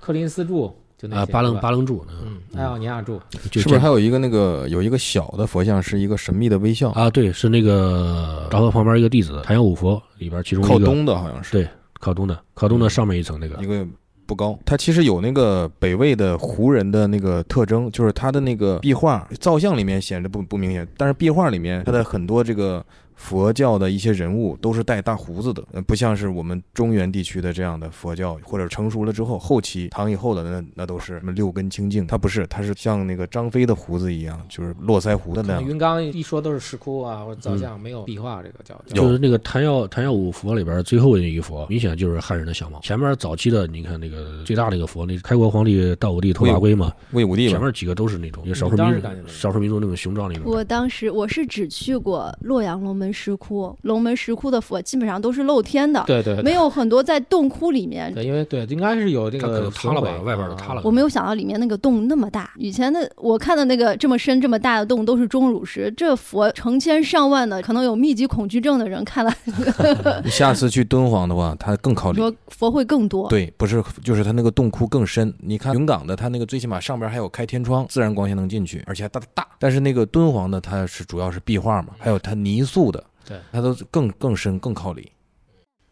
S2: 柯林斯柱，就那
S1: 啊
S2: 些
S1: 巴
S2: 是
S1: 楞
S2: 吧
S1: 巴楞柱，
S2: 嗯，艾奥尼亚柱，
S1: 就是
S3: 不是还有一个那个有一个小的佛像，是一个神秘的微笑，
S1: 啊？对，是那个昭和旁边一个弟子，还有五佛里边其中一个
S3: 靠东的嗯好像是
S1: 对靠东的靠东的上面一层那个
S3: 一个不高。它其实有那个北魏的胡人的那个特征，就是它的那个壁画造像里面显得不不明显，但是壁画里面它的很多这个佛教的一些人物都是带大胡子的，呃不像是我们中原地区的这样的佛教，或者成熟了之后后期唐以后的那那都是什么六根清净，它不是，它是像那个张飞的胡子一样，就是络腮胡的那
S2: 像
S3: 样。
S2: 云冈一说都是石窟啊或
S1: 嗯
S2: 者造像，没有壁画这个叫叫
S1: 就是那个昙曜昙曜五佛里边最后一个佛，明显就是汉人的相貌。前面早期的你看那个最大那个佛，那开国皇帝道武帝头发龟嘛，
S3: 魏武帝
S1: 前
S3: 吧，
S1: 面几个都是那种少
S2: 你
S1: 数
S2: 当
S1: 民
S2: 时感觉
S1: 族
S2: 怎么样
S1: 少数民族那种雄壮那种。
S4: 我当时我是只去过洛阳龙门门石窟，龙门石窟的佛基本上都是露天的，
S2: 对对对
S4: 没有很多在洞窟里面。
S2: 对，因为对，应该是有这
S1: 它可
S2: 个
S1: 能塌了吧
S2: 损毁啊
S1: 外边儿都塌了
S4: 我没有想到里面那个洞那么大。以前的我看的那个这么深这么大的洞都是钟乳石，这佛成千上万的，可能有密集恐惧症的人看了
S3: 你下次去敦煌的话，它更靠里。
S4: 说佛会更多。
S3: 对，不是，就是它那个洞窟更深。你看云冈的，它那个最起码上边还有开天窗，自然光线能进去，而且还大大。但是那个敦煌的，它是主要是壁画嘛，还有它泥塑的，
S2: 对，
S3: 它都更更深更靠里。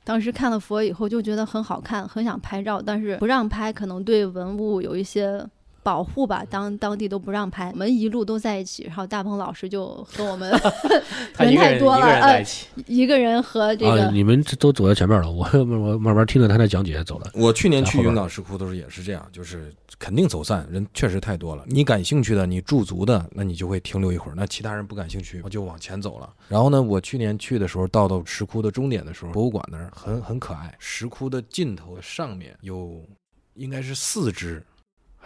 S4: 当时看了佛以后就觉得很好看，很想拍照，但是不让拍，可能对文物有一些。保护吧，当当地都不让拍。我们一路都在一起，然后大鹏老师就和 我们
S2: 他
S4: 人
S2: 一个
S4: 太
S2: 人
S4: 多
S2: 一个
S4: 了
S2: 人
S4: 呃
S2: 在一起，
S4: 一个人和这
S1: 啊，
S4: 个
S1: 你们这都走在前面了，我 我慢慢听着他的讲解走了。
S3: 我去年
S1: 然
S3: 去
S1: 后吧
S3: 云冈石窟都是也是这样，就是肯定走散，人确实太多了。你感兴趣的，你驻足的，那你就会停留一会儿；那其他人不感兴趣，我就往前走了。然后呢，我去年去的时候，到到石窟的终点的时候，博物馆那儿很很可爱。石窟的尽头上面有应该是四只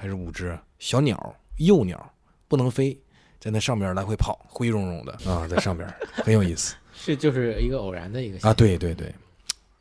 S3: 还是五只小鸟，幼鸟不能飞，在那上面来回跑，灰茸茸的啊，在上边很有意思
S2: 是就是一个偶然的一个
S3: 啊。对对对，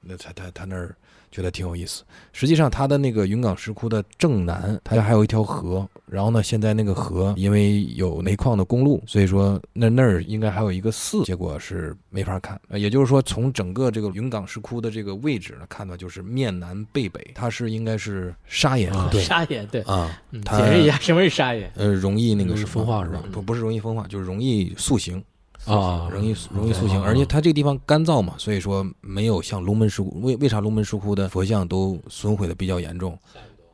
S3: 那他他他那儿觉得挺有意思。实际上，它的那个云冈石窟的正南，它还有一条河。然后呢，现在那个河因为有煤矿的公路，所以说那那儿应该还有一个寺，结果是没法看。呃也就是说，从整个这个云冈石窟的这个位置呢，看到就是面南背北，它是应该是砂岩
S1: 啊
S3: 对
S2: 沙眼，对，
S3: 啊，
S2: 嗯
S3: 它
S2: 解释一下什么是沙眼，
S3: 呃，容易那个
S1: 容易
S3: 什么
S1: 风化是吧
S3: 不，不是容易风化，就是容易塑形
S1: 啊
S3: 容易塑容易塑形。
S1: 哦
S3: 而且它这个地方干燥嘛，所以说没有像龙门石窟。为为啥龙门石窟的佛像都损毁的比较严重？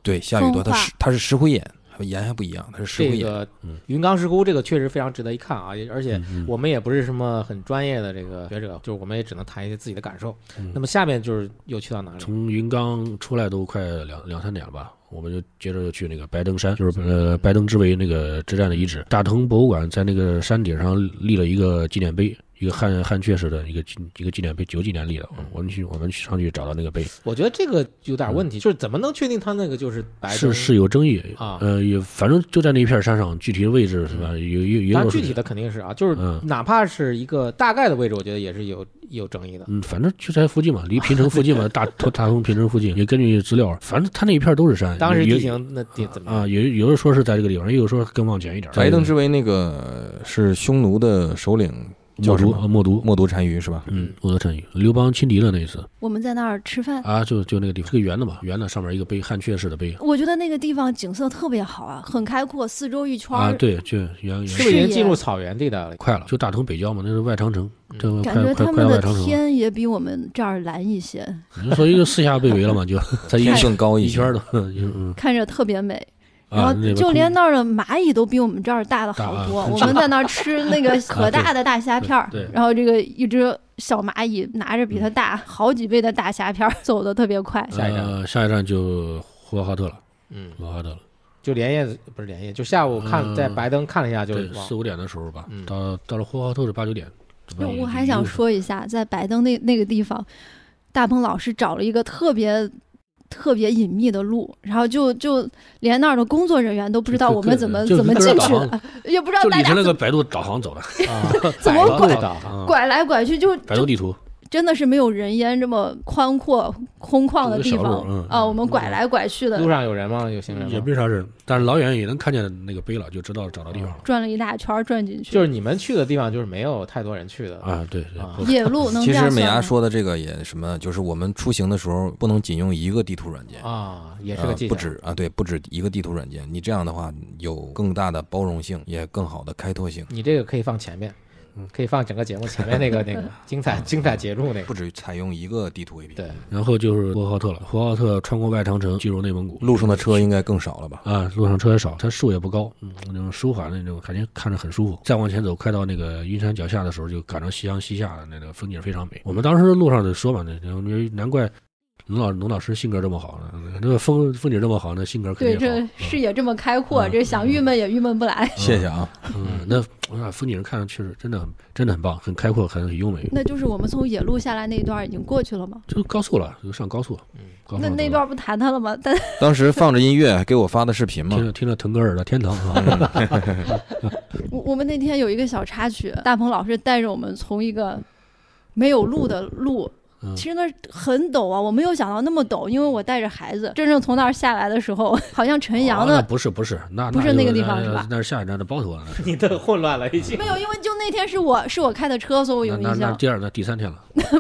S3: 对，下雨多，它
S4: 风化
S3: 是它是石灰岩，和岩还不一样，它是石
S2: 这
S3: 灰岩。
S2: 个
S1: 嗯
S2: 云冈石窟这个确实非常值得一看啊，也而且
S1: 嗯
S2: 我们也不是什么很专业的这个学者，就是我们也只能谈一些自己的感受
S1: 嗯。
S2: 那么下面就是又去到哪里？
S1: 从云冈出来都快两两三点了吧，我们就接着就去那个白登
S2: 嗯
S1: 山，就是呃白登之围那个之战的遗址。大腾博物馆在那个山顶上立了一个纪念碑，一个汉汉阙式的一个纪一个纪念碑，九几年立的。
S2: 嗯
S1: 我们去我们去上去找到那个碑，
S2: 我觉得这个有点问题，就是怎么能确定他那个就是白
S1: 嗯是
S2: 登
S1: 是有争议
S2: 啊嗯
S1: 呃，也反正就在那一片山上，具体的位置是吧？有有也
S2: 但
S1: 有
S2: 具体的肯定是啊，就是
S1: 嗯
S2: 哪怕是一个大概的位置，我觉得也是有有争议的。
S1: 嗯，反正就在附近嘛，离平城附 近嘛，大大同平城附近。也根据资料，反正他那一片都是山。
S2: 当时
S1: 也
S2: 地形那地怎么样？
S1: 啊，有有的说是在这个地方，也有说更往前一点。
S3: 白登之围那个是匈奴的首领叫
S1: 默
S3: 什
S1: 读
S3: 么？
S1: 啊，默读，
S3: 默读单于是吧？
S1: 嗯，默读成语，刘邦轻敌了那一次
S4: 我们在那儿吃饭，
S1: 啊，就就那个地方，这个圆的嘛，圆的上面一个碑，汉阙式的碑
S4: 我觉得那个地方景色特别好啊，很开阔，四周一圈儿，
S1: 啊，对，就圆圆
S2: 是不是已
S4: 视野
S2: 经进入草原地带了？
S1: 快了，就大同北郊嘛，那是外长城，这个快
S4: 嗯感觉
S1: 快
S4: 他
S1: 快
S4: 们
S1: 要
S4: 的
S1: 外长城了，
S4: 天也比我们这儿蓝一些，
S1: 你就说一个四下被围了嘛， 就在一
S3: 天
S1: 圈
S3: 更高
S1: 一
S3: 些
S1: 圈儿的，嗯嗯
S4: 看着特别美。然
S1: 啊，那
S4: 后
S1: 边
S4: 就
S1: 空
S4: 连那儿的蚂蚁都比我们这儿大的好
S1: 大
S4: 多。
S1: 啊啊
S4: 我们在那儿吃 那个可大的大虾片儿
S1: 对对，嗯
S4: 然后这个一只小蚂蚁拿着比它大好几倍的大虾片儿， 走的特别快。
S2: 下一站
S1: 呃下一站就呼和浩特了，
S2: 嗯，
S1: 呼和浩特了。
S2: 就连夜不是连夜，就下午看
S1: 嗯
S2: 在白登看了一下，就
S1: 对，
S2: 往
S1: 四五点的时候吧，
S2: 嗯
S1: 到到了呼和浩特是八九点。
S4: 就我还想，说一下，在白登那那个地方，大鹏老师找了一个特别。特别隐秘的路，然后就就连那儿的工作人员都不知道
S1: 就
S4: 我们
S1: 就
S4: 怎么
S1: 就
S4: 怎么
S1: 就
S4: 进
S1: 是
S4: 去
S1: 导航
S4: 的， 也不知道
S1: 就
S4: 大
S1: 理
S4: 家
S1: 成
S4: 怎
S1: 那个
S4: 么
S1: 百度导航走的，啊
S2: 啊，
S4: 怎么
S2: 百度
S4: 拐
S2: 导航
S4: 拐来拐去，就
S1: 百度地图
S4: 真的是没有人烟这么宽阔空旷的地
S1: 有个小
S4: 方
S1: 路嗯
S4: 啊，我们拐来拐去
S2: 路
S4: 的
S2: 上有人吗？有行人
S1: 也
S2: 吗？
S1: 没啥人，但是老远也能看见那个碑了，就知道找到地方了。
S4: 转了一大圈儿转进去，
S2: 就是你们去的地方，就是没有太多人去
S3: 哦
S2: 的。
S1: 啊，对对，
S2: 啊
S4: 野路能
S3: 其
S4: 这样
S3: 实美
S4: 算
S3: 伢
S4: 吗？
S3: 说的这个也什么，就是我们出行的时候不能仅用一个地图软件。
S2: 啊，也是个
S3: 呃
S2: 技巧。
S3: 不止啊，对，不止一个地图软件。你这样的话，有更大的包容性，也更好的开拓性，
S2: 你这个可以放前面，可以放整个节目前面那个那个精彩精彩节录那个
S3: 不。止采用一个地图 APP。
S2: 对，
S1: 然后就是呼和浩特了，呼和浩特穿过外长城进入内蒙古。
S3: 路上的车应该更少 了吧？
S1: 啊，路上车也少，它树也不高，嗯，那种舒缓的那种，感觉看着很舒服。再往前走，快到那个阴山脚下的时候，就赶上夕阳西下的那个风景非常美。我们当时路上就说嘛，那那难怪农老农老师性格这么好呢，那个风风景这么好，那性格肯
S4: 对，
S1: 定也
S4: 这
S1: 好。
S4: 视野这么开阔，
S1: 嗯
S4: 这想郁闷也郁闷不来。
S3: 谢谢啊，
S1: 嗯，嗯那啊风景看上去确实真的很真的很棒，很开阔，很很优美。
S4: 那就是我们从野路下来那一段已经过去了吗？
S1: 就高速了，就上高速，高速
S4: 那
S1: 上
S4: 那
S1: 走
S4: 段不谈谈了吗？但
S3: 当时放着音乐，还给我发的视频嘛
S1: 听。着听着腾格尔的《天堂》 啊，
S4: 我我们那天有一个小插曲，大鹏老师带着我们从一个没有路的路
S1: 嗯。
S4: 其实那儿很陡啊，我没有想到那么陡，因为我带着孩子，真正从那儿下来的时候，好像陈阳
S1: 哦那
S4: 的
S1: 不是不是，那
S4: 不是
S1: 就
S4: 那个地方
S1: 那
S4: 是吧
S1: 那是下一站的包头啊，那是
S2: 你的混乱了已经
S4: 没。有，因为就那天是我是我开的车，所 以我有
S1: 那那
S4: 印
S1: 那
S4: 象，
S1: 第二那第三天 了，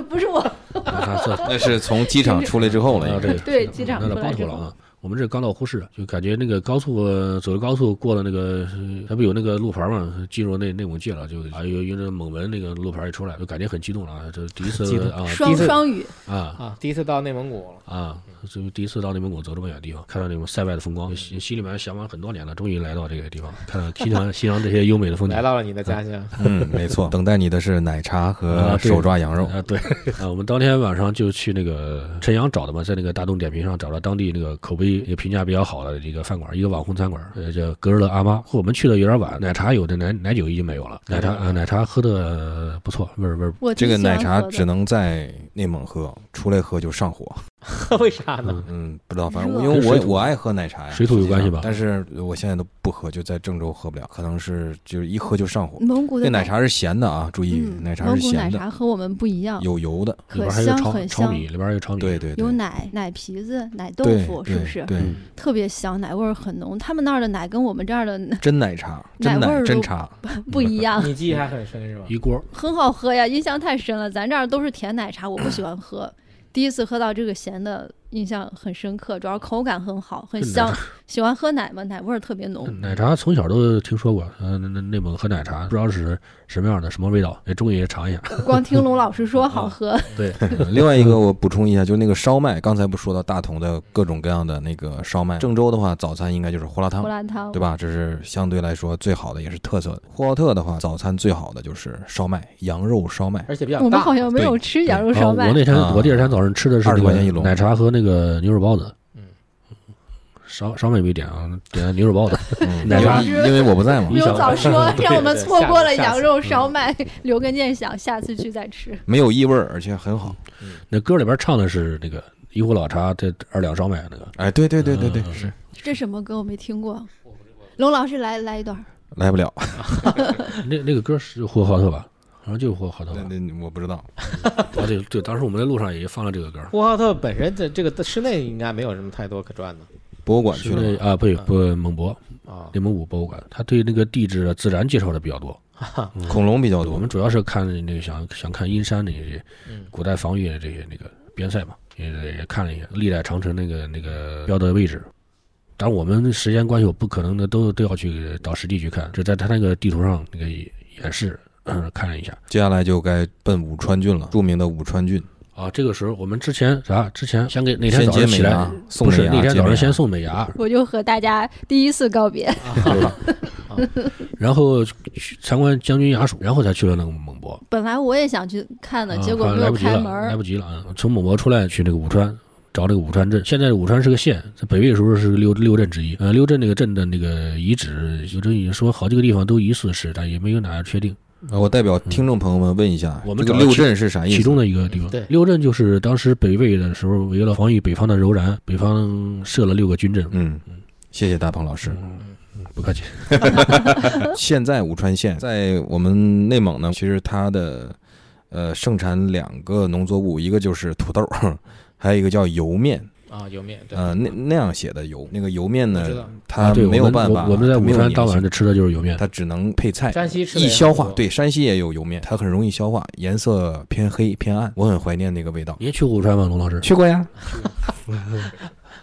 S4: 不是我。
S1: 那他这
S5: 那是从机场出来之后了，
S1: 啊
S5: 应该
S1: 这个
S4: 对 机场
S1: 那到
S4: 出来
S1: 包
S4: 之
S1: 头
S4: 后
S1: 了啊。我们这刚到呼市，就感觉那个高速呃走着高速过了那个，呃它不有那个路牌嘛，进入内内蒙界了，就啊有有那蒙文那个路牌一出来，就感觉很激动了啊，这第一
S2: 激
S1: 次
S2: 动
S1: 啊
S4: 双
S2: 第一次
S4: 双语，
S1: 啊
S2: 啊，第一次到内蒙古了，
S1: 啊，这第一次到内蒙古走这么远的地方，看到那种塞外的风
S4: 嗯
S1: 光，心心里面想往很多年了，终于来到这个地方，看到欣 赏欣赏这些优美的风景
S2: 来。到了你的家乡。
S3: 嗯，没错，等待你的是奶茶和
S1: 啊对
S3: 手抓羊肉。
S1: 啊，对啊，我们当天晚上就去那个陈阳找的嘛，在那个大众点评上找到当地那个口碑也评价比较好的一个饭馆，一个网红餐馆，呃，叫格日乐阿妈。我们去的有点晚，奶茶有的奶奶酒已经没有了，奶茶啊、奶茶喝的不错，味儿味儿。
S4: 我
S3: 这
S4: 挺
S3: 个
S4: 喜
S3: 奶
S4: 欢
S3: 茶
S4: 喝的
S3: 只能在内蒙喝，出来喝就上火。
S2: 为啥呢？
S3: 嗯，不知道，反正
S4: 热
S3: 因为
S1: 跟水土
S3: 我我爱喝奶茶呀，
S1: 水土有
S3: 实际上
S1: 关系吧
S3: 但是我现在都不喝，就在郑州喝不了，可能是就是一喝就上火。
S4: 蒙古
S3: 那
S4: 的
S3: 奶茶是咸的啊，注意，
S4: 嗯，
S3: 奶茶
S4: 蒙
S3: 是
S4: 古奶
S3: 咸的，
S4: 茶和我们不一样，
S3: 有油的，
S1: 里
S4: 可
S1: 边还有
S4: 香
S1: 炒
S4: 很
S1: 炒
S4: 香，
S1: 米，里边还嗯有炒米。
S3: 对对对，
S4: 有奶奶皮子、奶豆
S3: 对
S4: 腐，
S3: 对
S4: 是不是？
S3: 对，
S1: 嗯
S4: 特别香，奶味儿很浓。他们那儿的奶跟我们这儿的 奶
S3: 真奶茶，
S4: 奶
S3: 真
S4: 味儿
S3: 奶
S4: 都
S3: 真茶，
S4: 不一样，
S2: 你记忆还很深是吧？
S1: 一锅
S4: 很好喝呀，印象太深了。咱这儿都是甜奶茶，我不喜欢喝。第一次喝到这个咸的，印象很深刻，主要口感很好，很
S1: 这奶
S4: 香
S1: 茶。
S4: 喜欢喝奶嘛，奶味儿特别
S3: 哦
S4: 浓。
S1: 嗯奶茶从小都听说过，嗯、那那内蒙喝奶茶不知道是什么样的，什么味道，也终于也 尝一下。
S4: 光听龙老师说好喝，
S1: 对，
S3: 另外一个我补充一下，就是那个烧麦，刚才不说到大同的各种各样的那个烧麦，郑州的话，早餐应该就是胡辣
S4: 胡
S3: 汤。
S4: 辣
S3: 嗯
S4: 汤
S3: 对吧？这是相对来说最好的，也是特色的。呼和浩特的话，早餐最好的就是烧麦，羊肉烧麦，
S2: 而且比较
S4: 我们
S2: 大
S4: 好，像没有吃羊肉
S1: 啊，
S4: 烧麦
S1: 我，那天
S3: 啊
S1: 我第二天早上吃的是
S3: 20
S1: 那
S3: 块钱一
S1: 个
S3: 笼
S1: 奶茶和那个牛肉包子。
S2: 嗯，
S1: 烧烧麦没点啊，点了牛肉包 子。
S3: 嗯
S1: 奶茶
S3: 因为因为我不 在嘛
S4: 没，有早说，
S2: 对
S4: 让我们
S2: 对
S4: 错
S2: 下
S4: 过
S2: 次
S4: 了
S2: 下
S4: 羊
S2: 次
S4: 肉烧麦，留个念想，下次去再吃。
S3: 没有异味儿，而且很好。
S1: 那歌里边唱的是那个一壶老茶，这二两烧麦那个。
S3: 哎，对对对对对，
S1: 嗯
S3: 是
S4: 这什么歌我没听过？龙老师来来一段儿，
S3: 来不了。
S1: 那那个歌是呼和浩特吧？好像就是呼和浩特
S3: 那
S1: 吧。
S3: 那我不知道，
S1: 啊，对对，当时我们在路上也放了这个歌。
S2: 呼和浩特本身的这个室内应该没有什么太多可转的
S3: 博物馆去
S1: 是
S3: 了
S1: 那
S3: 吗。
S1: 啊，不不，蒙博
S2: 啊。
S1: 内蒙古博物馆，他对那个地质啊自然介绍的比嗯较多。
S3: 恐龙比较
S1: 我
S3: 多
S1: 们，主要是看那个想想看阴山那些
S3: 嗯
S1: 古代防御的这些那个边塞嘛，也也看了一下历代长城那个那个标的位置。但我们时间关系，我不可能的都都要去到实地去看，只在他那个地图上那个演示、嗯看了一下。
S3: 接下来就该奔武川郡了，著名的武川郡。
S1: 啊，这个时候我们之前啥？之前先给那天
S3: 先
S1: 早
S3: 解
S1: 上
S3: 美
S1: 起
S3: 牙
S1: 来，，
S3: 送
S1: 不
S3: 美
S1: 是
S3: 牙，
S1: 那天
S3: 解
S1: 早
S3: 美啊
S1: 上
S3: 牙
S1: 先送美牙，
S4: 我就和大家第一次告别。
S2: 啊
S1: 然后去参观将军衙署，然后才去了那个蒙博。
S4: 本来我也想去看的，
S1: 啊
S4: 结果
S1: 好像
S4: 没
S1: 来
S4: 有
S1: 不及
S4: 开
S1: 了，
S4: 门儿
S1: 来。不及了啊！从蒙博出来去那个武川。找这个武川镇，现在武川是个县，在北魏的时候是六六镇之一。呃，六镇那个镇的那个遗址，有这已经说好几个地方都疑似是，但也没有哪儿确定。
S3: 呃我代表听众朋友们问一下，
S1: 嗯我们
S3: 这
S1: 找
S3: 个
S1: 到
S3: 六
S1: 其
S3: 啊镇是啥意思？
S1: 其中的一个地方，
S2: 对
S1: 六镇就是当时北魏的时候，为了防御北方的柔然，北方设了六个军镇。
S3: 嗯，谢谢大鹏老师。
S1: 不客气，
S3: 现在武川县在我们内蒙呢，其实它的呃盛产两个农作物，一个就是土豆儿， 还有一个叫油面，
S2: 啊，油面对，
S3: 呃，那那样写的油，那个油面
S2: 我知道
S3: 呢，
S1: 啊
S3: 它
S1: 对，我
S3: 没有
S1: 们
S3: 办法，啊
S1: 我我们在
S3: 它没
S1: 武
S3: 有
S1: 川
S3: 粘
S1: 当晚
S3: 性
S1: 上吃的就是油面，
S3: 它只能配菜，
S2: 山西吃的
S3: 易
S2: 也
S3: 哎消
S2: 很
S3: 化。
S2: 多，
S3: 对，山西也有油面，它很容易消化，颜色偏黑偏暗，我很怀念那个味道。
S1: 您去过武川吗，龙老师？
S3: 去过呀，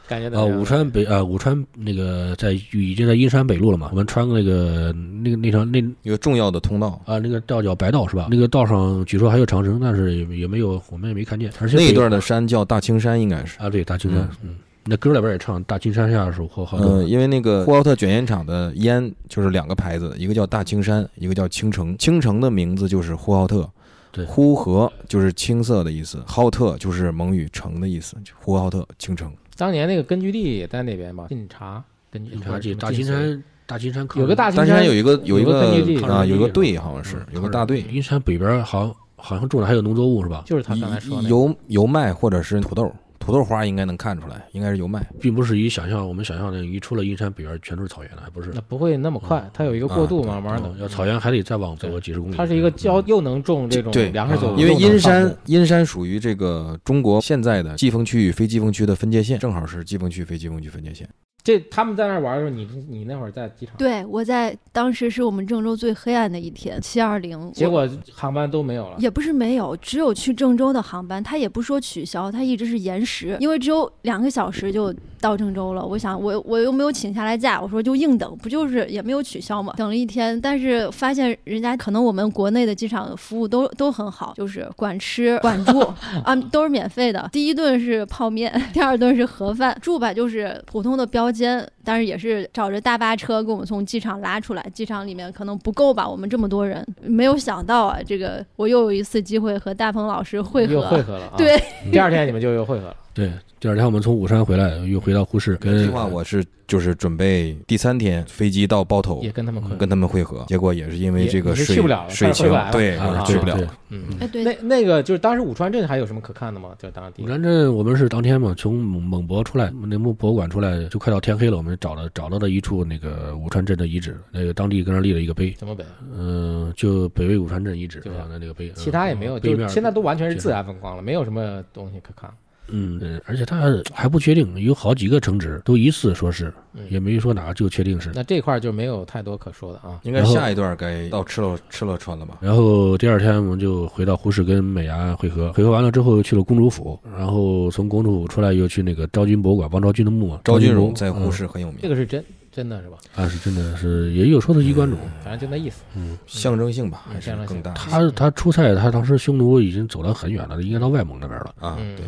S2: 感觉怎
S1: 啊，
S2: 么样
S1: 武川北啊，武川那个在已经在阴山北路了嘛，我们穿过那个那个那条那
S3: 一个重要的通道。
S1: 啊，那个道叫白道是吧？那个道上据说还有长城，但是也也没有，我们也没看见。而且
S3: 那一
S1: 北
S3: 段的山叫大青山，应该是。
S1: 啊，对，大青山，嗯，那歌里边也唱“大青山下的守护好
S3: 嗯，因为那个呼和浩特卷烟厂的烟就是两个牌子，一个叫大青山，一个叫青城。青城的名字就是呼和浩特，
S1: 对
S3: 呼和就是青色的意思，浩特就是蒙语城的意思，就呼和浩特青城。
S2: 当年那个根据地也在那边嘛，晋察根
S3: 嗯
S2: 据
S1: 警察
S2: 或者
S1: 记
S2: 什么
S1: 大青
S2: 绥
S1: 山，大青山抗
S2: 有个大
S3: 大青山有一个有一
S2: 有个根据地
S3: 啊，有一
S1: 抗
S3: 个
S1: 日
S3: 队好像是
S1: 嗯
S3: 有个大队，
S1: 阴山北边好像好像种的还有农作物是吧？
S2: 就是他刚才说的那个
S3: 油油麦或者是土豆。土豆花应该能看出来，应该是有卖。
S1: 并不是一想象我们想象的，一出了阴山北边全都是草原了，还不是
S2: 那。不会那么快，它有一个过渡嘛，慢慢
S1: 哦
S2: 的嗯
S1: 要草原还得再往走几十公里。
S2: 它是一个交又能种这种
S3: 对
S2: 粮食作物，
S3: 因为
S2: 又能
S3: 阴
S2: 放
S3: 山
S2: 牧，
S3: 阴山属于这个中国现在的季风区与非季风区的分界线，正好是季风区、非季风区分界线。
S2: 这他们在那儿玩的时候，你你那会儿在机场，
S4: 对，我在当时是我们郑州最黑暗的一天，七二零。
S2: 结果航班都没有了。
S4: 也不是没有，只有去郑州的航班，他也不说取消，他一直是延时，因为只有两个小时就到郑州了。我想我我又没有请下来假，我说就硬等，不就是也没有取消嘛？等了一天，但是发现人家可能我们国内的机场服务都都很好，就是管吃管住啊，都是免费的。第一顿是泡面， 第二顿是盒饭，住吧就是普通的标间，但是也是找着大巴车给我们从机场拉出来。机场里面可能不够吧，我们这么多人，没有想到啊，这个我又有一次机会和大鹏老师会
S2: 又
S4: 合。
S2: 汇合了 啊！
S4: 对，
S2: 第二天你们就又汇合了。
S1: 对，第二天我们从武山回来，又回到呼市，
S3: 计
S1: 跟
S3: 划我是就是准备第三天飞机到包头
S2: 也跟他们困。
S3: 跟他们会合，结果也是因为这
S2: 也
S3: 个
S2: 也是
S3: 水
S2: 去不了了
S3: 水
S2: 快
S3: 情
S2: 回不来，了
S3: 对，
S2: 啊
S3: 我是去不了
S1: 对。
S2: 嗯，
S4: 哎，对
S2: 那，那个就是当时武川镇还有什么可看的吗？就当地
S1: 武山镇，我们是当天嘛，从蒙蒙博出来，内蒙博物馆出来，就快到天黑了，我们找了找到了一处那个武川镇的遗址，那个当地跟那儿立了一个碑，
S2: 怎么北？
S1: 嗯、就北魏武川镇遗址
S2: 对
S1: 啊，那那个碑，
S2: 其他也没有，
S1: 嗯碑
S2: 就
S1: 面
S2: 现在都完全是自然风光了，没有什么东西可看。
S1: 嗯，嗯而且它还不确定，有好几个城址都疑似说是，也没说哪个就确定是。
S2: 那这块儿就没有太多可说的啊。
S3: 应该
S1: 然后
S3: 下一段该到吃了吃了穿了吧？
S1: 然后第二天我们就回到呼市跟美伢会合，会合完了之后又去了公主府，然后从公主府出来又去那个昭君博物馆，王昭君的墓嘛。
S3: 赵俊
S1: 君
S3: 荣
S1: 墓
S3: 在呼
S1: 嗯
S3: 市很有名，
S2: 这个是真真的是吧？
S1: 啊，是真的是也有说是衣冠冢，
S2: 反正就那意思。
S3: 象征性吧，
S2: 嗯
S3: 还是
S2: 象征性
S3: 更大
S1: 他他出塞，他当时匈奴已经走了很远了，应该到外蒙那边了。
S3: 啊？
S2: 嗯
S3: 对，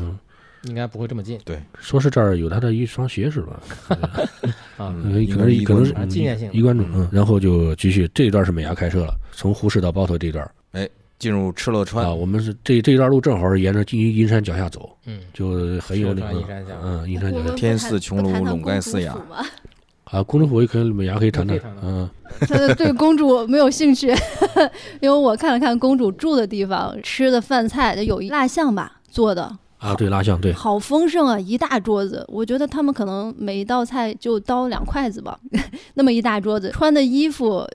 S2: 应该不会这么近
S1: 说是这儿有他的一双鞋是吧？可能
S2: 啊。
S3: 嗯
S1: 可能
S3: 一
S1: 可
S3: 个
S1: 能是
S3: 是一个
S2: 啊纪念性的
S1: 衣冠冢，嗯，然后就继续这一段是美伢开车了，从呼市到包头这一段
S3: 进入赤勒川
S1: 啊，，我们是这这一段路正好是沿着阴阴山脚下走，
S2: 嗯，
S1: 就很有那
S2: 赤
S1: 个
S2: 勒川阴山下
S1: 嗯阴山
S4: 我
S1: 脚
S4: 们
S1: 下
S4: 不
S3: 天
S4: 谈
S3: 似穹
S4: 不
S3: 庐
S4: 谈谈
S3: 笼盖
S4: 公主
S3: 四野
S4: 府吗
S1: 啊，公主府也可以美伢可以谈谈
S2: 可以谈，谈
S1: 嗯，
S4: 他 对公主没有兴趣，因为我看了看公主住的地方，吃的饭菜有一蜡像吧做的，
S1: 啊对，蜡像对，
S4: 好丰盛啊，一大桌子。我觉得他们可能每一道菜就刀两筷子吧， 那么一大桌子，穿的衣服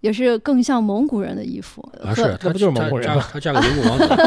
S4: 也是更像蒙古人的衣服，
S1: 啊
S4: 和
S1: 是，
S2: 那
S1: 他
S2: 不就是蒙古人吗
S1: 他嫁他嫁给蒙古 王子，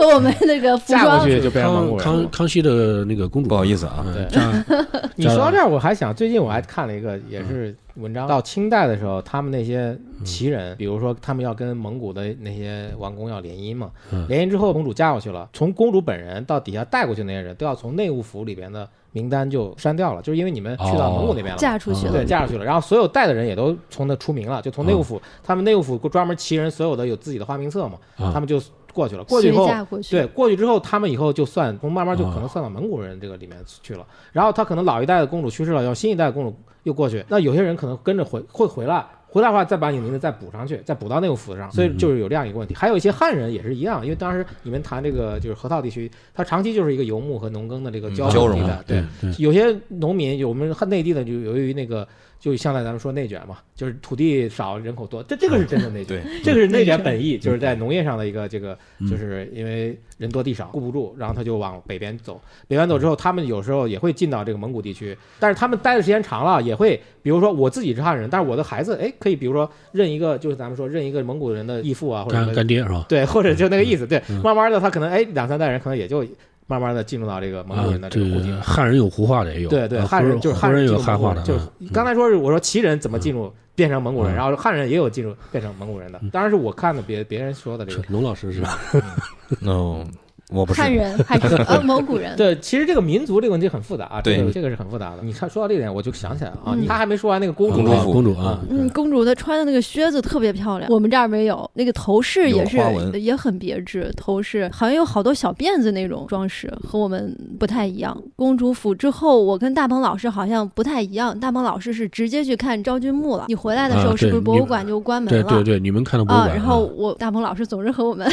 S4: 和我们那个服
S2: 嫁过
S4: 装
S2: 去就变成蒙
S1: 康
S2: 古人
S1: 康
S2: 了。
S1: 康熙的那个公主，
S3: 不好意思啊
S1: 嗯
S2: 对
S1: 嫁
S2: 你说到这儿，我还想，最近我还看了一个也是文章，到清代的时候，他们那些旗人，比如说他们要跟蒙古的那些王公要联姻嘛，
S1: 嗯
S2: 联姻之后公主嫁过去了，从公主本人到底下带过去那些人，都要从内务府里边的名单就删掉了，就是因为你们去到蒙古那边了嘛。
S4: 嫁出去
S1: 嗯
S4: 了
S2: 对，。嫁出去了。然后所有带的人也都从那出名了，就从内务府，他们内务府专门旗人，所有的有自己的花名册嘛，
S1: 啊
S2: 他们就过去了。过去以
S4: 谁
S2: 后，
S4: 嫁过去
S2: 对，过去之后，他们以后就算从慢慢就
S1: 啊
S2: 可能算到蒙古人这个里面去了。然后他可能老一代的公主去世了，要新一代的公主又过去，那有些人可能跟着回会回来。回来的话，再把你名字再补上去，再补到内务府上，所以就是有这样一个问题。还有一些汉人也是一样，因为当时你们谈这个就是河套地区，它长期就是一个游牧和农耕的这个 交
S3: 交融
S2: 融地
S3: 的
S2: 带，对，
S1: 啊对
S2: 有些农民，有我们内地的就由于那个，就像在咱们说内卷嘛，就是土地少，人口多，这这个是真的内
S3: 对，
S2: 卷，这个是内卷本意，就是在农业上的一个这个，
S1: 嗯
S2: 就是因为人多地少，顾不住，然后他就往北边走，北边走之后，他们有时候也会进到这个蒙古地区，但是他们待的时间长了，也会，比如说我自己是汉人，但是我的孩子，哎，可以比如说认一个，就是咱们说认一个蒙古人的义父啊，或者什
S1: 干
S2: 么
S1: 干爹是吧？
S2: 对，或者就那个意思，对，
S1: 嗯
S2: 慢慢的他可能哎两三代人可能也就慢慢的进入到这个蒙古人的
S1: 啊
S2: 这个户籍
S1: 个。汉人有胡话的也有，
S2: 对对，
S1: 啊
S2: 汉人
S1: 胡
S2: 就是
S1: 胡
S2: 汉
S1: 人
S2: 进
S1: 有
S2: 入
S1: 汉
S2: 蒙古
S1: 话
S2: 人
S1: 的，
S2: 就是
S1: 嗯
S2: 刚才说是我说旗人怎么进入变成蒙古人，
S1: 嗯
S2: 然后汉人也有进入变成蒙古人的，当然是我看的别别人说的这个
S1: 是。龙老师是吧？
S3: 嗯，我不是
S4: 汉人还是呃蒙古人？
S2: 对，其实这个民族这个问题很复杂啊，这个
S3: 对
S2: 这个是很复杂的。你看说到这点，我就想起来了啊，
S4: 嗯
S2: 他还没说完那个公
S1: 公
S2: 主
S3: 主
S2: 呢
S1: 啊
S3: 服
S1: 公主啊，
S4: 嗯，公主她穿的那个靴子特别漂亮，我们这儿没有。那个头饰也是
S3: 有花纹
S4: 也很别致，头饰好像有好多小辫子那种装饰，和我们不太一样。公主府之后，我跟大鹏老师好像不太一样，大鹏老师是直接去看昭君墓了。你回来的时候
S1: 啊
S4: 是不
S1: 对
S4: 是博物
S1: 你
S4: 馆就关门
S1: 对
S4: 了？
S1: 对对，你们看的博物
S4: 啊，
S1: 馆，
S4: 然后我大鹏老师总是和我们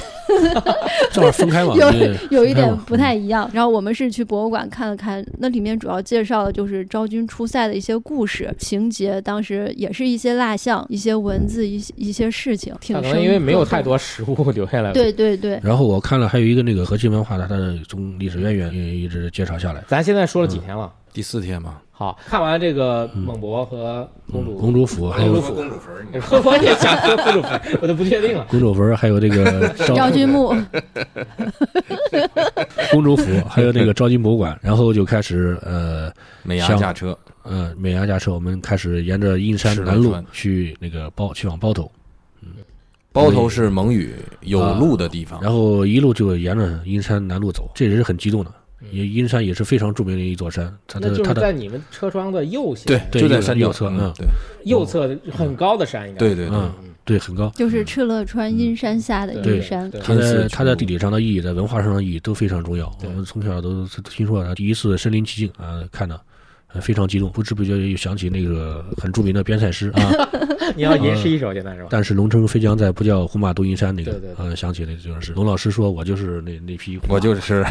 S1: 正好分开嘛，
S4: 有
S1: 你对，
S4: 有一
S1: 没
S4: 点
S1: 有
S4: 不
S2: 嗯
S4: 太一样。然后我们是去博物馆看了看，那里面主要介绍的就是昭君出塞的一些故事情节，当时也是一些蜡像、一些文字、一些一些事情，挺
S2: 他可
S4: 生
S2: 能因为没有
S4: 动的
S2: 太。多食物留下来了。
S4: 对对 对，
S1: 嗯然后我看了还有一个那个河西文化的，它的从历史渊源也一直介绍下来。
S2: 咱现在说
S1: 嗯
S2: 了几天了？
S3: 第四天嘛，
S2: 好看完这个猛博和公主，
S1: 嗯公主府还有
S2: 公主
S3: 公主坟，
S2: 我也想说公主坟，我都不确 定了。
S1: 公主坟，还有这个
S4: 昭君墓，
S1: 公主府，还有那个昭君博物馆，然后就开始呃
S3: 美伢
S1: 像
S3: 驾车，
S1: 呃美伢驾车，我们开始沿着阴山南
S3: 是
S1: 路
S3: 的是的
S1: 去那个包去往包头，
S3: 包头是蒙语
S2: 啊
S3: 有路的地方，
S1: 然后一路就沿着阴山南路走，这也是很激动的。也阴山也是非常著名的一座山，它
S2: 嗯那
S1: 的
S2: 就是
S1: 它
S2: 在
S1: 的
S2: 你们车窗的右斜，
S3: 对，
S1: 对
S3: 就
S1: 右
S3: 在山
S1: 右
S3: 脚
S1: 侧嗯
S3: 嗯，对
S2: 右侧的很高的山应该。
S3: 对对对，
S1: 嗯对很高，
S4: 就是敕勒川阴山下的
S1: 对
S4: 阴山。
S2: 嗯对
S1: 它
S3: 第一次
S1: 在
S3: 去
S1: 它在地理上的意义，在文化上的意义都非常重要。我
S2: 对
S1: 们从小都听说了，第一次身临其境啊、看的、呃非常激动，不知不觉又想起那个很著名的边塞诗啊。
S2: 你要吟诗一首，现在是吧？
S1: 但是龙城飞将在，不教胡马度阴山那个，
S2: 对对对
S1: 呃，想起那就是龙老师说，我就是那那匹胡马，
S3: 我就是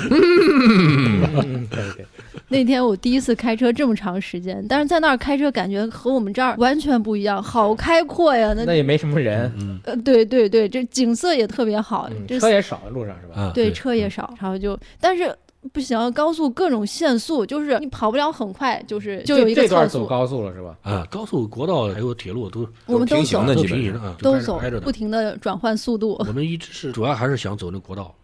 S2: 嗯 对对。
S4: 那天我第一次开车这么长时间，但是在那儿开车感觉和我们这儿完全不一样，好开阔呀！那
S2: 那也没什么人，
S1: 嗯
S4: 呃，对对对，这景色也特别好，
S2: 嗯
S4: 这
S2: 车也少，路上是吧？
S1: 啊，
S4: 对车也少，然后就但是。不行，高速各种限速，就是你跑不了很快，就是就
S2: 这
S4: 有一个
S2: 这
S4: 测
S2: 段走
S4: 速，
S2: 高速了是吧？
S1: 啊，高速国道还有铁路都
S4: 我们都
S3: 平
S4: 走
S3: 行的
S1: 都
S3: 基
S1: 平
S3: 本
S1: 行
S3: 上
S1: 的啊，
S4: 都
S1: 就
S4: 走
S1: 挨着，挨着的。
S4: 不停的转换速度。
S2: 哦
S1: 我们一直是主要还是想走那国道，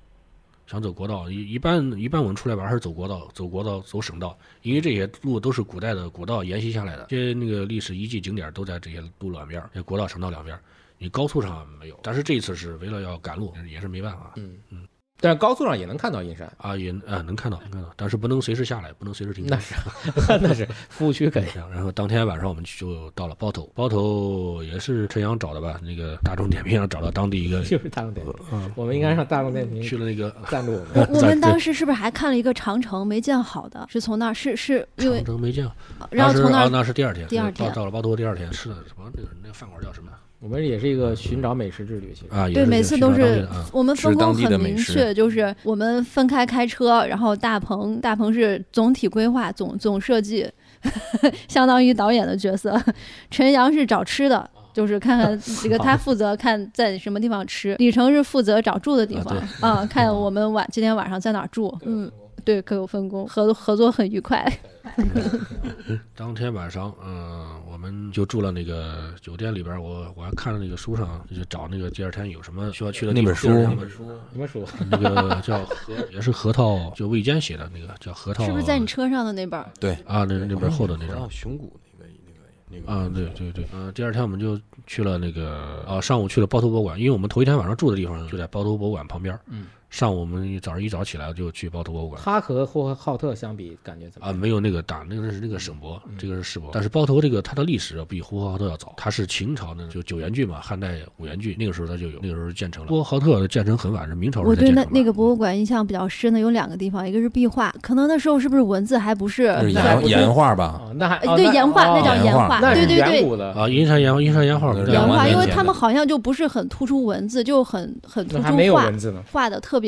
S1: 想走国道。一一般一般我们出来玩还是走国道，走国道走省道，因为这些路都是古代的古道沿袭下来的，这些那个历史遗迹景点都在这些路两边儿，这国道省道两边儿。你高速上没有，但是这次是为了要赶路，也是没办法
S2: 嗯嗯。但是高速上也能看到阴山，
S1: 啊，也啊能看到能看到，但是不能随时下来，不能随时停车
S2: 那。是那是服务区可以。
S1: 然后当天晚上我们就到了包头，包头也是陈阳找的吧？那个大众点评上找到当地一个，
S2: 就是大众点评，我们应该让大众点
S1: 嗯
S2: 评
S1: 去了 那个
S2: 赞助我们。
S4: 我我们
S1: 在
S4: 当时是不是还看了一个长城没建好的？是从那儿是是因为
S1: 长，城没见，
S4: 然后
S1: 当时
S4: 从那
S1: 啊，
S4: 儿
S1: 那是第二天，
S4: 第二天
S1: 到到了包头第二天吃的什么那个那个饭馆叫什么
S2: 我们也是一个寻找美食之旅，其实
S1: 啊？也
S4: 对，
S1: 是
S4: 每
S1: 也
S4: 次
S1: 去
S4: 都
S1: 到当地
S4: 是
S1: 的啊。
S4: 我们分
S3: 吃
S4: 工
S3: 当地的
S4: 很
S3: 美
S4: 明
S3: 食
S4: 确，就是我们分开开车，然后大鹏大鹏是总体规划、总总设计， 相当于导演的角色，陈阳是找吃的。就是看看这 个，他负责看在什么地方吃，李成是负责找住的地
S1: 啊
S4: 方啊、看我们晚今天晚上在哪儿住，嗯，对，各有分工，合合作很愉快。
S1: 当天晚上，嗯，我们就住了那个酒店里边儿，我我还看了那个书上，就找那个第二天有什么需要去的
S3: 那
S1: 地
S3: 本
S1: 方第二
S3: 书
S1: 天我们
S2: 什么书？
S1: 那个叫核，也是核桃，就魏坚写的那个叫核桃，
S4: 是不是在你车上的那本儿？
S3: 对
S1: 啊？那那边厚的那张
S3: 然后熊谷那个那个那个
S1: 啊，对对对，嗯、第二天我们就去了那个啊，上午去了包头博物馆，因为我们头一天晚上住的地方就在包头博物馆旁边。
S2: 嗯，
S1: 上午我们早上一早起来就去包头博物馆
S2: 他和呼和浩特相比，感觉怎么
S1: 啊，
S2: 样？
S1: 没有那个大，那个是那个省博，这个是市博。嗯但是包头这个它的历史比呼和浩特要早，它是秦朝的就九元郡嘛，汉代五元郡，那个时候它就有，那个时候建成了。呼和浩特建成很晚，是明朝时
S4: 我
S1: 候才
S4: 对
S1: 建
S4: 那
S1: 成
S4: 那
S1: 的。
S4: 个博物馆印象比较深的有两个地方，一个是壁画，可能那时候是不是文字还不是
S3: 就是
S2: 那
S3: 岩
S2: 不是
S3: 岩画吧，
S2: 哦，那哦还
S4: 呃对岩画，那叫
S3: 岩
S4: 岩
S3: 画
S4: 画，
S2: 那
S4: 对
S2: 是
S4: 对
S2: 远
S4: 对，
S2: 古的，
S1: 啊，阴山岩阴山岩画
S3: 那是
S1: 在
S3: 两
S4: 岩
S3: 万
S4: 画，
S3: 年
S4: 因为
S3: 前
S4: 他
S3: 的
S4: 们好像就不是很突出文字，就很很突
S2: 那还
S4: 出
S2: 没有
S4: 画
S2: 文。字呢。
S4: 画的特别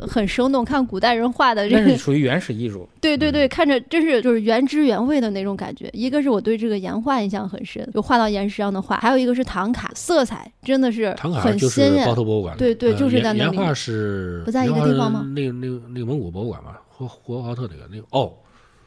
S4: 很生动，看古代人画的这
S2: 那
S4: 个
S2: 是，嗯属于原始艺术，
S4: 对对对，看着真是就是原汁原味的那种感觉。一个是我对这个岩画印象很深，就画到岩石上的画；还有一个是唐卡，色彩真的是
S1: 唐卡
S4: 很
S1: 就是
S4: 鲜艳
S1: 包。头博物馆，
S4: 对对
S1: 呃
S4: 就是
S1: 岩
S4: 在那
S1: 岩
S4: 里
S1: 画是
S4: 不在一个地方吗
S1: 岩画是那个那个那个蒙古博物馆吧，呼呼和浩特那个那个哦，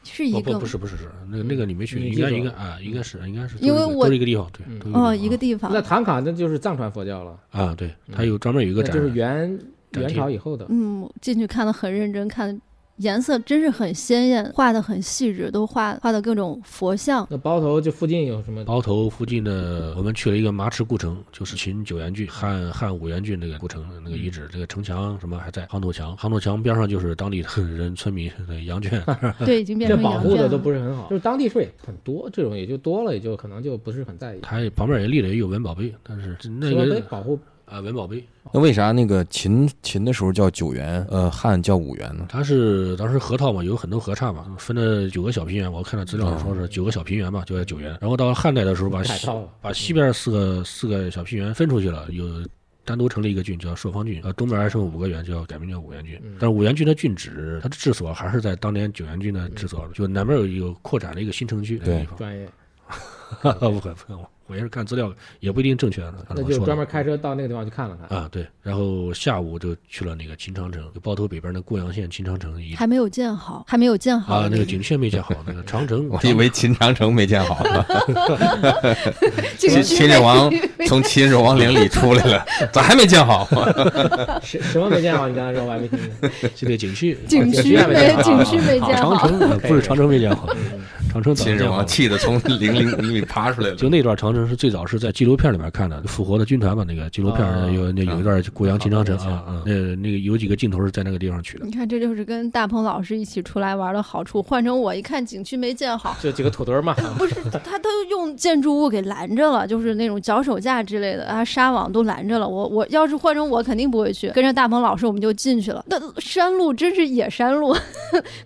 S4: 是一
S1: 不
S4: 个
S1: 不
S4: 吗
S1: 不是不是是那个那个你没去，
S2: 你
S1: 应
S2: 记
S1: 该
S2: 错
S1: 应该
S2: 了
S1: 啊应该是应该是
S4: 因为
S1: 都是一个
S4: 我
S1: 都是一个地方对
S2: 嗯，
S1: 都是
S4: 哦，一个
S1: 地
S4: 地方
S2: 那。唐卡那就是藏传佛教了，
S1: 方啊对，它有专门有一个
S2: 那
S1: 展啊
S2: 就是元
S1: 展
S2: 元
S1: 厅
S2: 朝以后的。
S4: 嗯，进去看的很认真，看颜色真是很鲜艳，画的很细致，都画画的各种佛 像。
S2: 那包头这附近有什么？
S1: 包头附近的，我们去了一个麻池故城，就是秦九原郡、汉汉五原郡那个古城那个遗址，这个城墙什么还在，夯土墙，夯土墙边上就是当地的人村民的羊圈，
S4: 对，已经变
S2: 这
S4: 成
S2: 保
S4: 羊
S2: 护
S4: 圈
S2: 的
S4: 了。
S2: 都不是很好，就是当地税很多，这种也就多了，也就可能就不是很在意。
S1: 它旁边也立了一个文保碑，但是那
S2: 除了
S1: 个
S2: 被保护
S1: 啊文保碑，
S3: 那为啥那个秦秦的时候叫九原，呃汉叫五原呢？
S1: 它是当时河套嘛，有很多河岔嘛，分了九个小平原。我看了资料说是九个小平原嘛，就在九原。然后到了汉代的时候把，
S2: 改
S1: 西
S2: 哦造了，
S1: 把西边四个四个小平原分出去了，有单独成立一个郡叫朔方郡，呃，东边还剩五个原，叫改名叫五原郡
S2: 嗯。
S1: 但是五原郡的郡址，它的治所还是在当年九原郡
S2: 嗯
S1: 的治所，就南边有有扩展了一个新城区的
S3: 对
S1: 地方。
S2: 专业，
S1: 不可不可，我也是看资料，也不一定正确啊的。
S2: 那就专门开车到那个地方去看了看。
S1: 啊，对。然后下午就去了那个秦长城，就包头北边的固阳县秦长城一
S4: 还没有建好，还没有建好
S1: 啊，那个
S4: 景
S1: 景区没建好，那个长城
S5: 我以为秦长城没建好 呢，
S4: 区
S5: 秦始
S1: 啊
S5: 皇从秦始皇陵里出来 了，咋还没建好？
S2: 什什么没见好？你刚才说我还没听见。
S1: 这个景区啊
S4: 景区没景区没建
S1: 长
S4: 好，
S1: 城呃不是长城没建好，
S2: 嗯
S1: 长城早就
S5: 秦始
S1: 建好
S5: 皇
S1: 了。
S5: 气得从零零零里爬出来了。
S1: 就那段长城是最早是在纪录片里面看的，复活的军团嘛，那个纪录片
S2: 啊
S1: 有那有一段固阳秦长城
S2: 好
S1: 啊啊，那那个有几个镜头是在那个地方取的。
S4: 你看这就是跟大鹏老师一起出来玩的好处。换成我一看景区没建好，
S2: 就几个土堆儿嘛，
S4: 不是，他都用建筑物给拦着了，就是那种脚手架之类的啊，纱网都拦着了。我我要是换成我，肯定不会去，跟着大鹏老师我们就进去了。那山路真是野山路，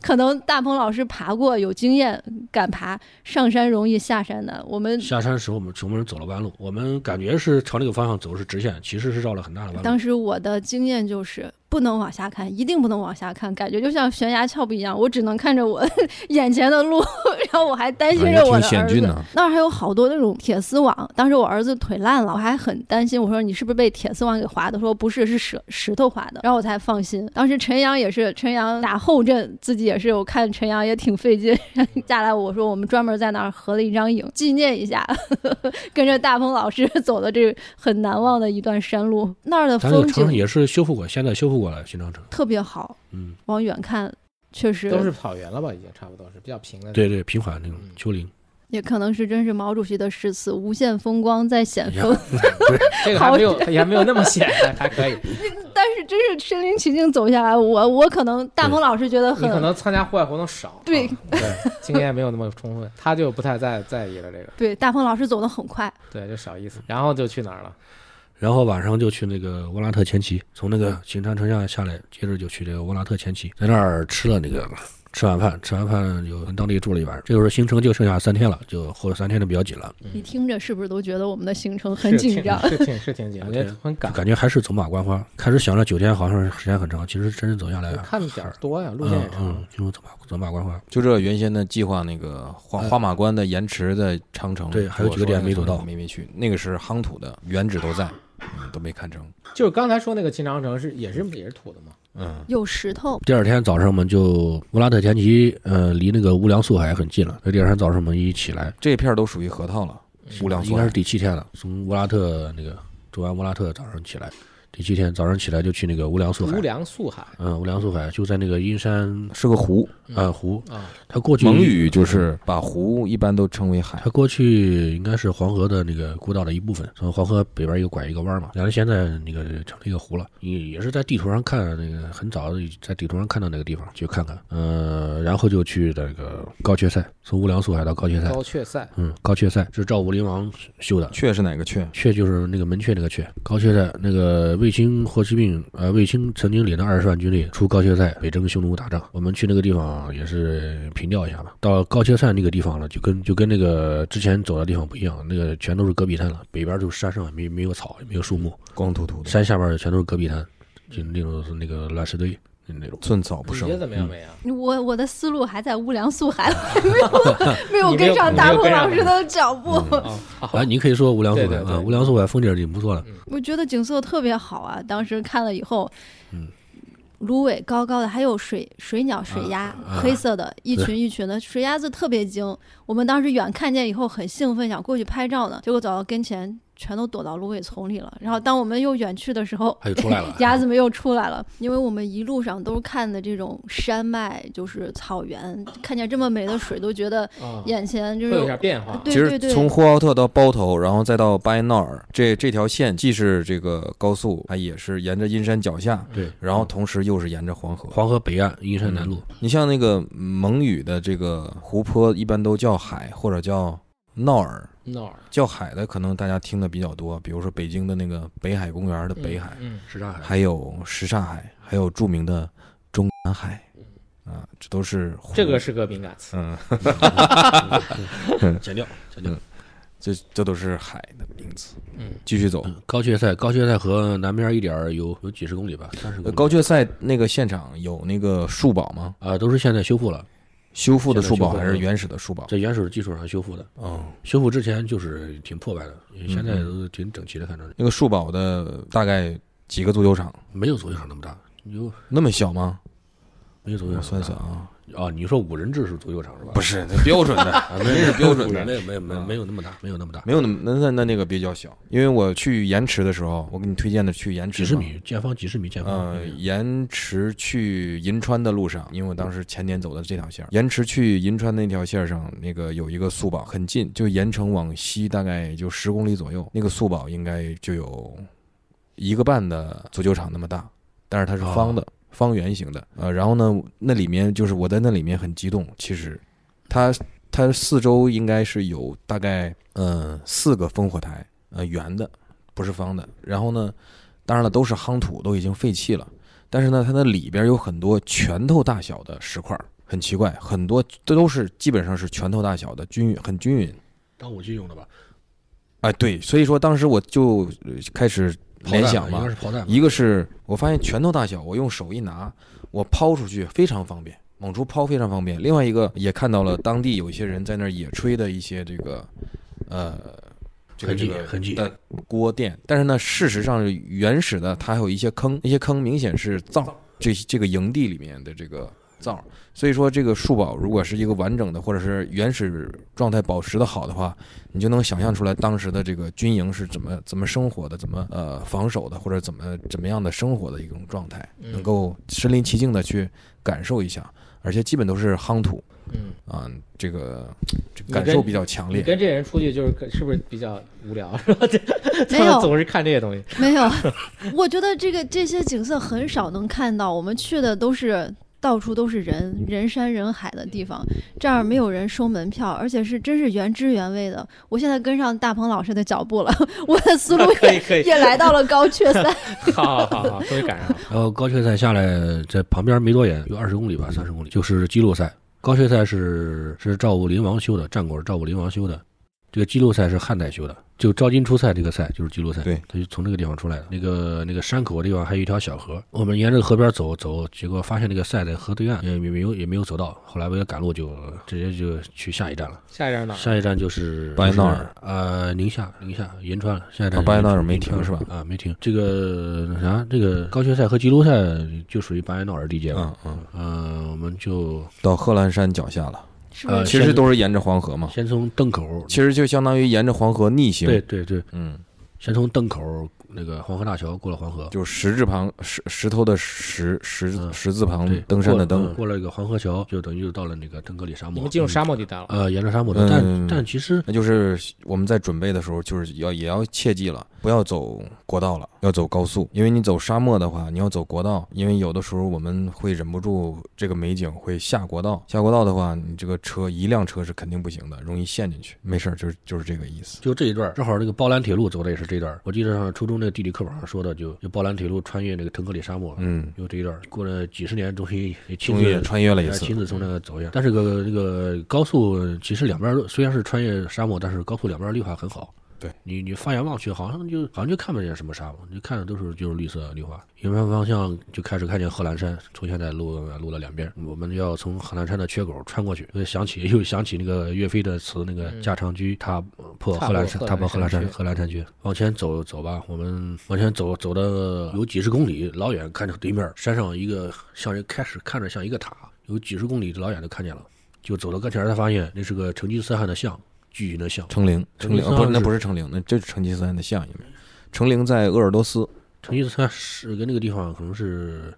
S4: 可能大鹏老师爬过有经验，敢爬，上山容易下山难。我们
S1: 下山时候我们我们走了弯路，我们感觉是朝那个方向走是直线，其实是绕了很大的弯路。
S4: 当时我的经验就是不能往下看，一定不能往下看，感觉就像悬崖峭壁一样，我只能看着我 眼前的路， 然后我还担心
S3: 啊
S4: 着
S3: 也
S4: 哎我
S3: 挺
S4: 的
S3: 险
S4: 儿
S3: 峻
S4: 子
S3: 呢。
S4: 那儿还有好多那种铁丝网，当时我儿子腿烂了，我还很担心，我说你是不是被铁丝网给划的？说不是，是石石头划的，然后我才放心。当时陈阳也是，陈阳打后阵，自己也是，我看陈阳也挺费劲， 下来我说我们专门在那儿合了一张影，纪念一下， 跟着大鹏老师 走的这很难忘的一段山路，那儿的
S1: 咱那
S4: 风
S1: 个长城
S4: 景
S1: 也是修复过，现在修复过了新长城。
S4: 特别好，
S1: 嗯，
S4: 往远看确实
S2: 都是草原了吧？已经差不多是比较平的。
S1: 对对，平缓那种
S2: 嗯
S1: 丘陵。
S4: 也可能是真是毛主席的诗词，无限风光在险峰。
S2: 这个还没有，也还没有那么显，还还可以。
S4: 但是真是身临其境走下来，我我可能大鹏老师觉得
S2: 你可
S4: 很
S2: 能参加户外活动少，
S4: 对
S2: 啊 对，经验没有那么充分，他就不太在在意了这个，
S4: 对，大鹏老师走得很快，
S2: 对，就少意思。然后就去哪儿了？
S1: 然后晚上就去那个沃拉特前旗，从那个秦长城下下来，接着就去这个沃拉特前旗，在那儿吃了那个吃晚饭，吃完饭就跟当地住了一晚上。这个时候行程就剩下三天了，就后三天就比较紧了，
S4: 你听着是不是都觉得我们的行程很
S2: 是
S4: 紧
S2: 挺
S4: 张？
S2: 嗯是挺是挺紧张，也很赶
S1: 就，感觉还是走马观花。开始想着九天好像是时间很长，其实真正走下来啊，
S2: 看的点儿多呀，路
S1: 嗯
S2: 线也长
S1: 嗯，，就是走马走马观花。
S3: 就这原先的计划，那个花
S5: 呃
S3: 花马关的延迟的长城，
S1: 对还有几个点没走到
S3: 没没去，那个是夯土的，原址都在，嗯都没看成。
S2: 就是刚才说那个秦长城是也是也是土的嘛，
S3: 嗯，
S4: 有石头，
S1: 第二天早上我们就乌拉特前旗，呃，离那个乌梁素海很近了。所以第二天早上我们一起来，
S3: 这片儿都属于河套了，无量
S1: 应
S3: 索
S1: 该是第七天了，从乌拉特那个住完乌拉特早上起来，第七天早上起来就去那个乌梁素海
S2: 乌。梁素海
S1: 嗯，乌梁素海就在那个阴山
S3: 是个湖。
S1: 呃湖，
S2: 啊，
S1: 它过去
S3: 蒙语就是把湖一般都称为海
S1: 它，过去应该是黄河的那个古道的一部分，从黄河北边一个拐一个弯嘛，然后现在那个成了一个湖了，也也是在地图上看那个很早在地图上看到那个地方去看看，呃，然后就去那个高阙塞，从乌梁素海到高阙塞，
S2: 高阙塞，
S1: 嗯，高阙塞是赵武灵王修的，
S3: 阙是哪个阙？
S1: 阙就是那个门阙那个阙，高阙塞那个卫青霍去病，呃，卫青曾经领着二十万军力出高阙塞北征匈奴打仗。我们去那个地方也是凭吊一下吧。到高阙塞那个地方了，就跟就跟那个之前走的地方不一样，那个全都是戈壁滩了，北边就是山上没没有草，也没有树木，
S3: 光秃秃的，
S1: 山下边全都是戈壁滩，就那种是那个烂石堆那种。
S3: 寸草不
S2: 你觉得
S3: 生。
S2: 怎么样没啊？
S4: 我我的思路还在无梁素 海，没有没有
S2: 你没
S4: 跟
S2: 有
S4: 上
S2: 你没有
S4: 大鹏
S2: 跟上
S4: 老师的脚步。
S2: 啊，好
S1: 啊，你可以说无梁素海
S2: 对对对嗯
S1: 啊，无梁素海风景挺不错的，
S4: 我觉得景色特别好啊，当时看了以后，
S1: 嗯
S4: 芦苇高高的，还有水水鸟、水鸭，
S1: 啊
S4: 黑色的，一
S1: 对
S4: 群一群的，水鸭子特别精。我们当时远看见以后很兴奋，想过去拍照呢，结果走到跟前，全都躲到芦苇丛里了。然后当我们又远去的时候，。
S1: 它就出 来了
S4: 鸭子们又出来了，因为我们一路上都是看的这种山脉，就是草原，看见这么美的水，都觉得
S2: 啊，
S4: 眼前就
S2: 会有
S4: 是
S2: 点变化，
S4: 对
S3: 其
S4: 对
S3: 实
S4: 对，
S3: 从呼和浩特到包头，然后再到巴彦淖尔，这这条线既是这个高速，它也是沿着阴山脚下，
S1: 对，
S3: 然后同时又是沿着黄河。
S1: 黄河北岸阴山南路，
S2: 嗯
S3: 你像那个蒙语的这个湖泊，一般都叫海或者叫淖尔。
S2: 那儿
S3: 叫海的可能大家听的比较多，比如说北京的那个北海公园的北海，
S2: 嗯，
S1: 什刹海。
S3: 还有什刹海，还有著名的中南海，啊，这都是湖
S2: 这个是个敏感词，
S3: 嗯，
S1: 剪掉，剪掉。
S3: 这这都是海的名字。
S2: 嗯，
S3: 继续走。
S1: 高阙塞，高阙塞河南边一点儿有有几十公里吧，三十公
S3: 呃
S1: 里。
S3: 高阙塞那个现场有那个树堡吗？
S1: 啊，都是现在修复了，
S3: 修复的树
S1: 现
S3: 堡
S1: 在修复了哦
S3: 还是原始的树堡？
S1: 在原始的基础上修复的。
S3: 嗯，
S1: 修复之前就是挺破败的，现在都挺整齐的，反正
S3: 那个树堡的大概几个足球场？
S1: 没有足球场那么大，有
S3: 那么小吗？
S1: 没有足球
S3: 我
S1: 场
S3: 算
S1: 那
S3: 算
S1: 么
S3: 啊，
S1: 大啊？你说五人制是足球场是吧？
S3: 不
S1: 是，
S3: 是那标准 的，
S1: 啊，
S3: 那是标准的啊
S1: 没有没有没有没有那么大，没有那么大，
S3: 没有那么那那那那个比较小，因为我去盐池的时候，我给你推荐的去盐池
S1: 几十
S3: 嘛。
S1: 米见方，几十米见方。
S3: 呃，盐池去银川的路上，因为我当时前年走的这条线儿，盐池去银川那条线儿上，那个有一个速堡，很近，就盐城往西大概就十公里左右，那个速堡应该就有一个半的足球场那么大，但是它是方的，方圆形的。哦呃，然后呢，那里面就是我在那里面很激动，其实它它四周应该是有大概呃四个烽火台，呃圆的，不是方的。然后呢，当然了，都是夯土，都已经废弃了。但是呢，它那里边有很多拳头大小的石块儿，很奇怪，很多这都是基本上是拳头大小的，均匀，很均匀。
S1: 当武器用的吧？
S3: 哎，对，所以说当时我就呃开始联想
S1: 应
S3: 嘛
S1: 该，是炮弹吧。
S3: 一个是我发现拳头大小，我用手一拿，我抛出去非常方便，往出抛非常方便。另外一个也看到了当地有一些人在那儿野炊的一些这个，呃，这个
S1: 痕迹
S3: 这个
S1: 痕迹
S3: 的锅店。但是呢，事实上原始的它还有一些坑，那些坑明显是灶，这这个营地里面的这个灶。所以说，这个树堡如果是一个完整的，或者是原始状态保持的好的话，你就能想象出来当时的这个军营是怎么怎么生活的，怎么呃防守的，或者怎么怎么样的生活的一种状态，
S2: 嗯
S3: 能够身临其境的去感受一下，而且基本都是夯土
S2: 嗯，
S3: 啊，这个这
S2: 你
S3: 感
S2: 跟
S3: 受比较强
S2: 嗯你
S3: 烈。
S2: 跟这人出去就是可是不是比较无聊？ 是吧？这
S4: 没
S2: 他们
S4: 有
S2: 总是看这 些东西。
S4: 没有，我觉得这个这些景色很少能看到，我们去的都是。到处都是
S2: 嗯
S4: 人，人山人海的地方，这儿没有人收门票，而且是真是原汁原味的。我现在跟上大鹏老师的脚步了， 我的思路
S2: 啊可以
S4: 也
S2: 可以，
S4: 也来到了高阙塞。
S2: 好好好好，终于赶 上了。
S1: 然后高阙塞下来，在旁边没多远，有二十公里
S3: 嗯
S1: 吧，三十公里，就是基路塞。高阙塞是是赵武灵王修的，战国是赵武灵王修的，这个基路塞是汉代修的。就赵金出塞这个塞就是基路塞，
S3: 对，
S1: 他就从这个地方出来的。那个那个山口地方还有一条小河，我们沿着河边走走，结果发现那个塞在河对岸，也没有也没有走到。后来为了赶路就，直接就去下一站了。
S2: 下一站哪儿？
S1: 下一站就是
S3: 巴彦淖尔，
S1: 呃，宁夏，宁夏银川了。下一站
S3: 啊巴彦淖
S1: 银
S3: 尔
S1: 川
S3: 没停是吧
S1: 啊，没停。这个那啥，这个高阙塞和基督塞就属于巴彦淖尔地界嘛。
S3: 嗯嗯，
S1: 呃，我们就
S3: 到贺兰山脚下了，
S4: 是
S1: 呃
S4: 不是？
S3: 其实都是沿着黄河嘛，
S1: 先从邓口，
S3: 其实就相当于沿着黄河逆行。
S1: 对，对对，
S3: 嗯，
S1: 先从邓口那个黄河大桥过了黄河，
S3: 就石字旁石石头的石石
S1: 嗯
S3: 石字旁
S1: 对，
S3: 登山
S1: 过
S3: 的
S1: 了
S3: 登
S1: 嗯。过了一个黄河桥，就等于就到了那个腾格里沙
S2: 你
S1: 漠
S2: 们。进入沙漠地带了。
S1: 呃，沿着沙漠走
S3: 嗯，
S1: 但但其实
S3: 那就是我们在准备的时候，就是要也要切记了，不要走国道了，要走高速，因为你走沙漠的话，你要走国道，因为有的时候我们会忍不住这个美景会下国道，下国道的话，你这个车一辆车是肯定不行的，容易陷进去。没事儿，就是就是这个意思。
S1: 就这一段儿，正好那个包兰铁路走的也是这段儿。我记得上初中那个地理课本上说的，就就包兰铁路穿越那个腾格里沙漠，
S3: 嗯，
S1: 有这一段儿，过了几十年，终于也亲
S3: 终于
S1: 自
S3: 也穿越了一
S1: 哎
S3: 次嗯
S1: 亲。自从那个走一下。但是个这个高速，其实两边儿虽然是穿越沙漠，但是高速两边儿绿化很好。
S3: 对
S1: 你，你放眼望去，好像就好像就看不见什么沙漠，你看的都是就是绿色绿化。迎面方向就开始看见贺兰山，出现在路呃路的两边。我们要从贺兰山的缺口穿过去，就想起又想起那个岳飞的词，那个“
S2: 嗯
S1: 架长居，踏破
S2: 踏
S1: 贺兰
S2: 破
S1: 山，
S2: 贺
S1: 踏
S2: 兰
S1: 破贺
S2: 山
S1: 兰山
S2: 缺，
S1: 贺兰山去。”往前走走吧，我们往前走走的有几十公里，老远看着对面山上一个像人开始看着像一个塔，有几十公里老远就看见了。就走到跟前儿才发现那是个成吉思汗的像，巨型的像。
S3: 成陵，
S1: 成
S3: 成陵
S1: 吉思
S3: 啊不是
S1: 汗
S3: 那
S1: 是
S3: 不是成陵，那这是成吉思汗的像应该。成陵在鄂尔多斯，
S1: 成吉思汗是跟那个地方可能是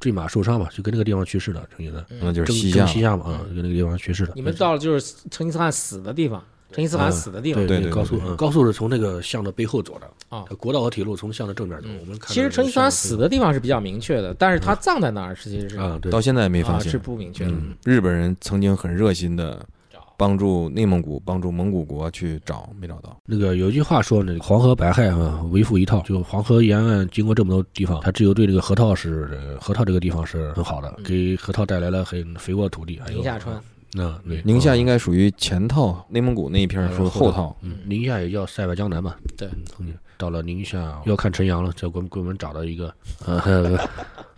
S1: 坠马受伤吧，就跟那个地方去世的。成吉思汗
S3: 嗯
S2: 嗯
S3: 那就是
S1: 征
S3: 西
S1: 征
S3: 夏嗯
S1: 西
S3: 了。
S1: 夏嘛，啊，跟那个地方去世的。
S2: 你们到了就是成吉思汗死的地方，成吉思汗死的地方。
S1: 对
S3: 对对
S1: 高速
S3: 对对
S1: 嗯高速是从那个像的背后走的
S2: 啊
S1: 它国道和铁路从像的正面走。
S2: 嗯
S1: 我们看
S2: 其实成吉思汗死
S1: 的
S2: 的地方是比较明确的，但是他葬在哪儿是其实是
S1: 啊，对
S3: 到现在也没
S2: 啊
S3: 发现
S2: 是，不明确的。
S1: 嗯
S3: 日本人曾经很热心的
S2: 找
S3: 帮助内蒙古、帮助蒙古国去找，没找到。
S1: 那个有一句话说呢，黄河百害啊，为父一套。就黄河沿岸经过这么多地方，它只有对这个河套是河套这个地方是很好的，
S2: 嗯哎
S1: 给河套带来了很肥沃的土地，还有
S2: 宁夏川
S1: 嗯，对，
S3: 宁夏应
S1: 该
S3: 该属于前套，内蒙古那一片儿属后套。
S1: 嗯，宁夏也叫塞外江南嘛。
S2: 对
S1: 嗯，后面到了宁夏要看陈阳了，这给我们给我们找到一个呃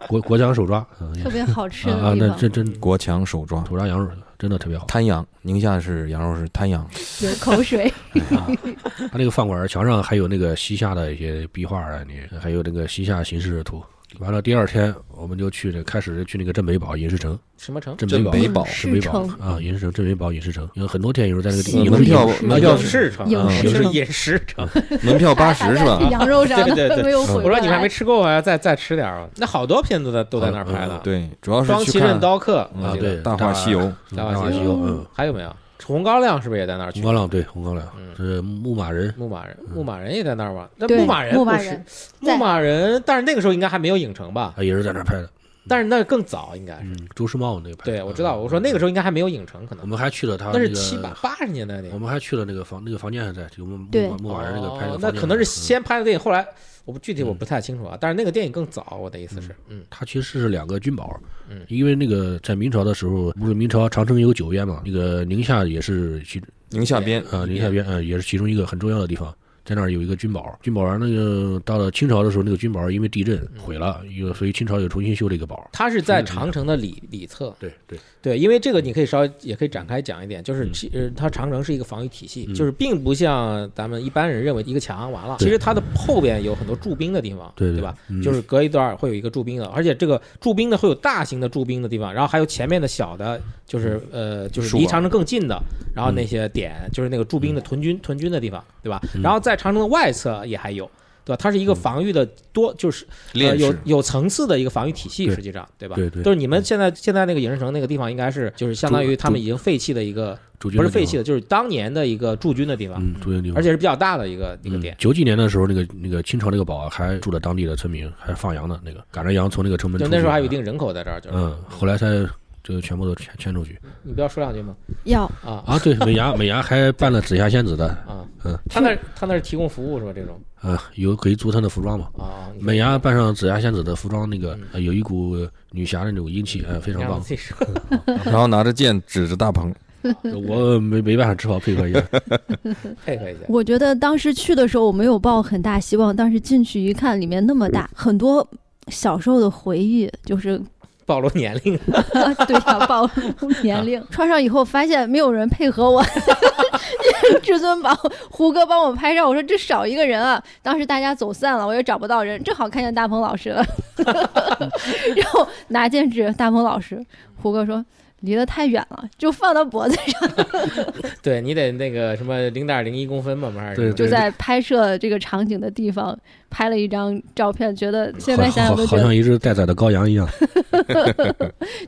S1: 国国强手抓，嗯
S4: 特别好吃
S1: 啊啊
S4: 的，地
S1: 那
S4: 方，
S1: 真真
S3: 国强手抓
S1: 手抓羊肉真的特别好。
S3: 滩羊，宁夏是羊肉是滩羊，
S4: 流口 水。
S1: 他那个饭馆墙上还有那个西夏的一些壁画啊，你还有那个西夏形势图。完了，第二天我们就去那开始去那个镇北堡饮食城，
S2: 什么城？
S1: 镇
S3: 镇
S1: 北
S3: 北
S1: 堡，
S3: 堡
S1: 镇北堡
S4: 影视
S1: 啊，饮食城，镇北堡饮食城，有很多天有人呃在那个地
S4: 嗯
S1: 方
S4: 门
S3: 票
S1: 饮食
S3: 门票
S2: 影视城，啊
S4: 影
S3: 视
S2: 不是
S4: 城
S2: 饮食城。
S3: 门票八十 是 吧？
S4: 羊肉啥
S2: 对对
S4: 的
S2: 对
S4: 没有
S2: 我
S4: 回
S2: 说你们还没
S4: 来。
S2: 吃够啊，再再吃点儿吧。那好多片子在都在那儿拍
S1: 嗯
S2: 的，，
S3: 对，主要
S2: 双
S3: 是
S2: 旗
S3: 去
S2: 刃
S3: 看
S2: 刀客
S3: 嗯
S1: 啊
S2: 我记得
S1: 对
S3: 大话西游，
S1: 大
S2: 大话
S1: 话
S2: 西
S1: 西
S2: 游
S1: 游，嗯，
S2: 还有没有？红高粱是不是也在那儿去
S1: 红？高嗯粱对红高粱
S2: 嗯，
S1: 是牧马人
S2: 牧马人，牧马人也在那儿吗？那
S4: 对
S2: 牧马人
S4: 牧
S2: 不
S4: 马
S2: 是
S4: 人
S2: 牧
S4: 在
S2: 马人，但是那个时候应该还没有影城吧？
S1: 啊，也是在那儿拍的，
S2: 但是那更早应该是。
S1: 嗯，朱时茂那个拍的。
S2: 对，我知道。
S1: 嗯
S2: 我说那个时候应该还没有影城，可
S1: 我
S2: 能
S1: 们还去了他
S2: 那是
S1: 个
S2: 七八八十年代那个
S1: 我。们还去了那个房，那个房间还在，就牧
S4: 对
S1: 牧牧马人那个拍的
S2: 哦
S1: 房间
S2: 那
S1: 还在。
S2: 可能是
S1: 嗯
S2: 先拍的电影，后来我不具体
S1: 嗯
S2: 我不太清楚啊。但是那个电影更早，我的意思是，嗯
S1: 它其实是两个军堡，
S2: 嗯
S1: 因为那个在明朝的时候，不是明朝长城有九堰嘛，那个宁夏也是其
S3: 宁夏边
S1: 啊、
S2: 一
S1: 宁夏边啊、呃也是其中一个很重要的地方，在那儿有一个军堡，军堡完那个到了清朝的时候，那个军堡因为地震
S2: 嗯
S1: 毁了，又所以清朝又重新修了一个堡。
S2: 它是在长城的里里侧，
S1: 对对，
S2: 对，因为这个你可以稍微也可以展开讲一点，就是
S1: 嗯
S2: 其呃，它长城是一个防御体系，
S1: 嗯
S2: 就是并不像咱们一般人认为一个墙完了，
S1: 对
S2: 其实它的后边有很多驻兵的地方，
S1: 对对
S2: 吧？
S1: 嗯
S2: 就是隔一段儿会有一个驻兵的，而且这个驻兵的会有大型的驻兵的地方，然后还有前面的小的，就是呃，就是
S3: 树
S2: 离
S3: 啊
S2: 长城更近的，然后那
S1: 嗯
S2: 些点就是那个驻兵的屯军屯军的地方，对吧？
S1: 嗯
S2: 然后在长城的外侧也还有。对吧？它是一个防御的多，就是呃、
S3: 练
S2: 有
S3: 士
S2: 有层次的一个防御体系，
S1: 对
S2: 实际上对吧？
S1: 对对
S2: 就是你们现在现在那个影视城那个地方，应该是就是相当于他们已经废弃的一个，
S1: 驻军
S2: 不是
S1: 的地
S2: 废弃的，就是当年的一个驻军的地
S1: 方，
S2: 方，
S1: 嗯，驻军的地方，
S2: 而且是比较大的一个一个点
S1: 嗯。。九几年的时候，那个那个清朝那个堡还住了当地的村民，还放羊的那个，赶着羊从那个城门
S2: 就
S1: 出去。
S2: 那时候还有一定人口在这儿，就是
S1: 嗯，后来才就全部都迁迁出去
S2: 你不要说两句吗？
S4: 要
S2: 啊
S1: 啊。 对，美伢美伢还办了紫霞仙子的，
S2: 啊
S1: 嗯，
S2: 他那儿他那儿提供服务是吧？这种
S1: 啊，有可以租他的服装嘛。
S2: 啊，你
S1: 美伢扮上紫霞仙子的服装，那个、呃有一股女侠的那种英气，呃，非
S2: 你
S1: 常
S2: 让我
S1: 棒。
S2: 自己说，
S3: 然后拿着剑指着大鹏，
S1: 我没没办法，只好配合一下。
S2: 配合一下。
S4: 我觉得当时去的时候我没有抱很大希望，但是进去一看，里面那么大，很多小时候的回忆，就是
S2: 暴露年龄，
S4: 对呀、暴露年龄。 穿上以后发现没有人配合我， 至尊宝胡歌帮我拍照，我说这少一个人啊。当时大家走散了，我也找不到人，正好看见大鹏老师了， 然后拿剑指大鹏老师，胡歌说。离得太远了，就放到脖子上，
S2: 对你得那个什么零点零一公分嘛，不是？
S1: 对
S4: 就在拍摄这个场景的地方拍了一张照片，觉得现在
S1: 好
S4: 想
S1: 好
S4: 想都
S1: 好
S4: 觉
S1: 好
S4: 得
S1: 像一只待宰的羔羊一样。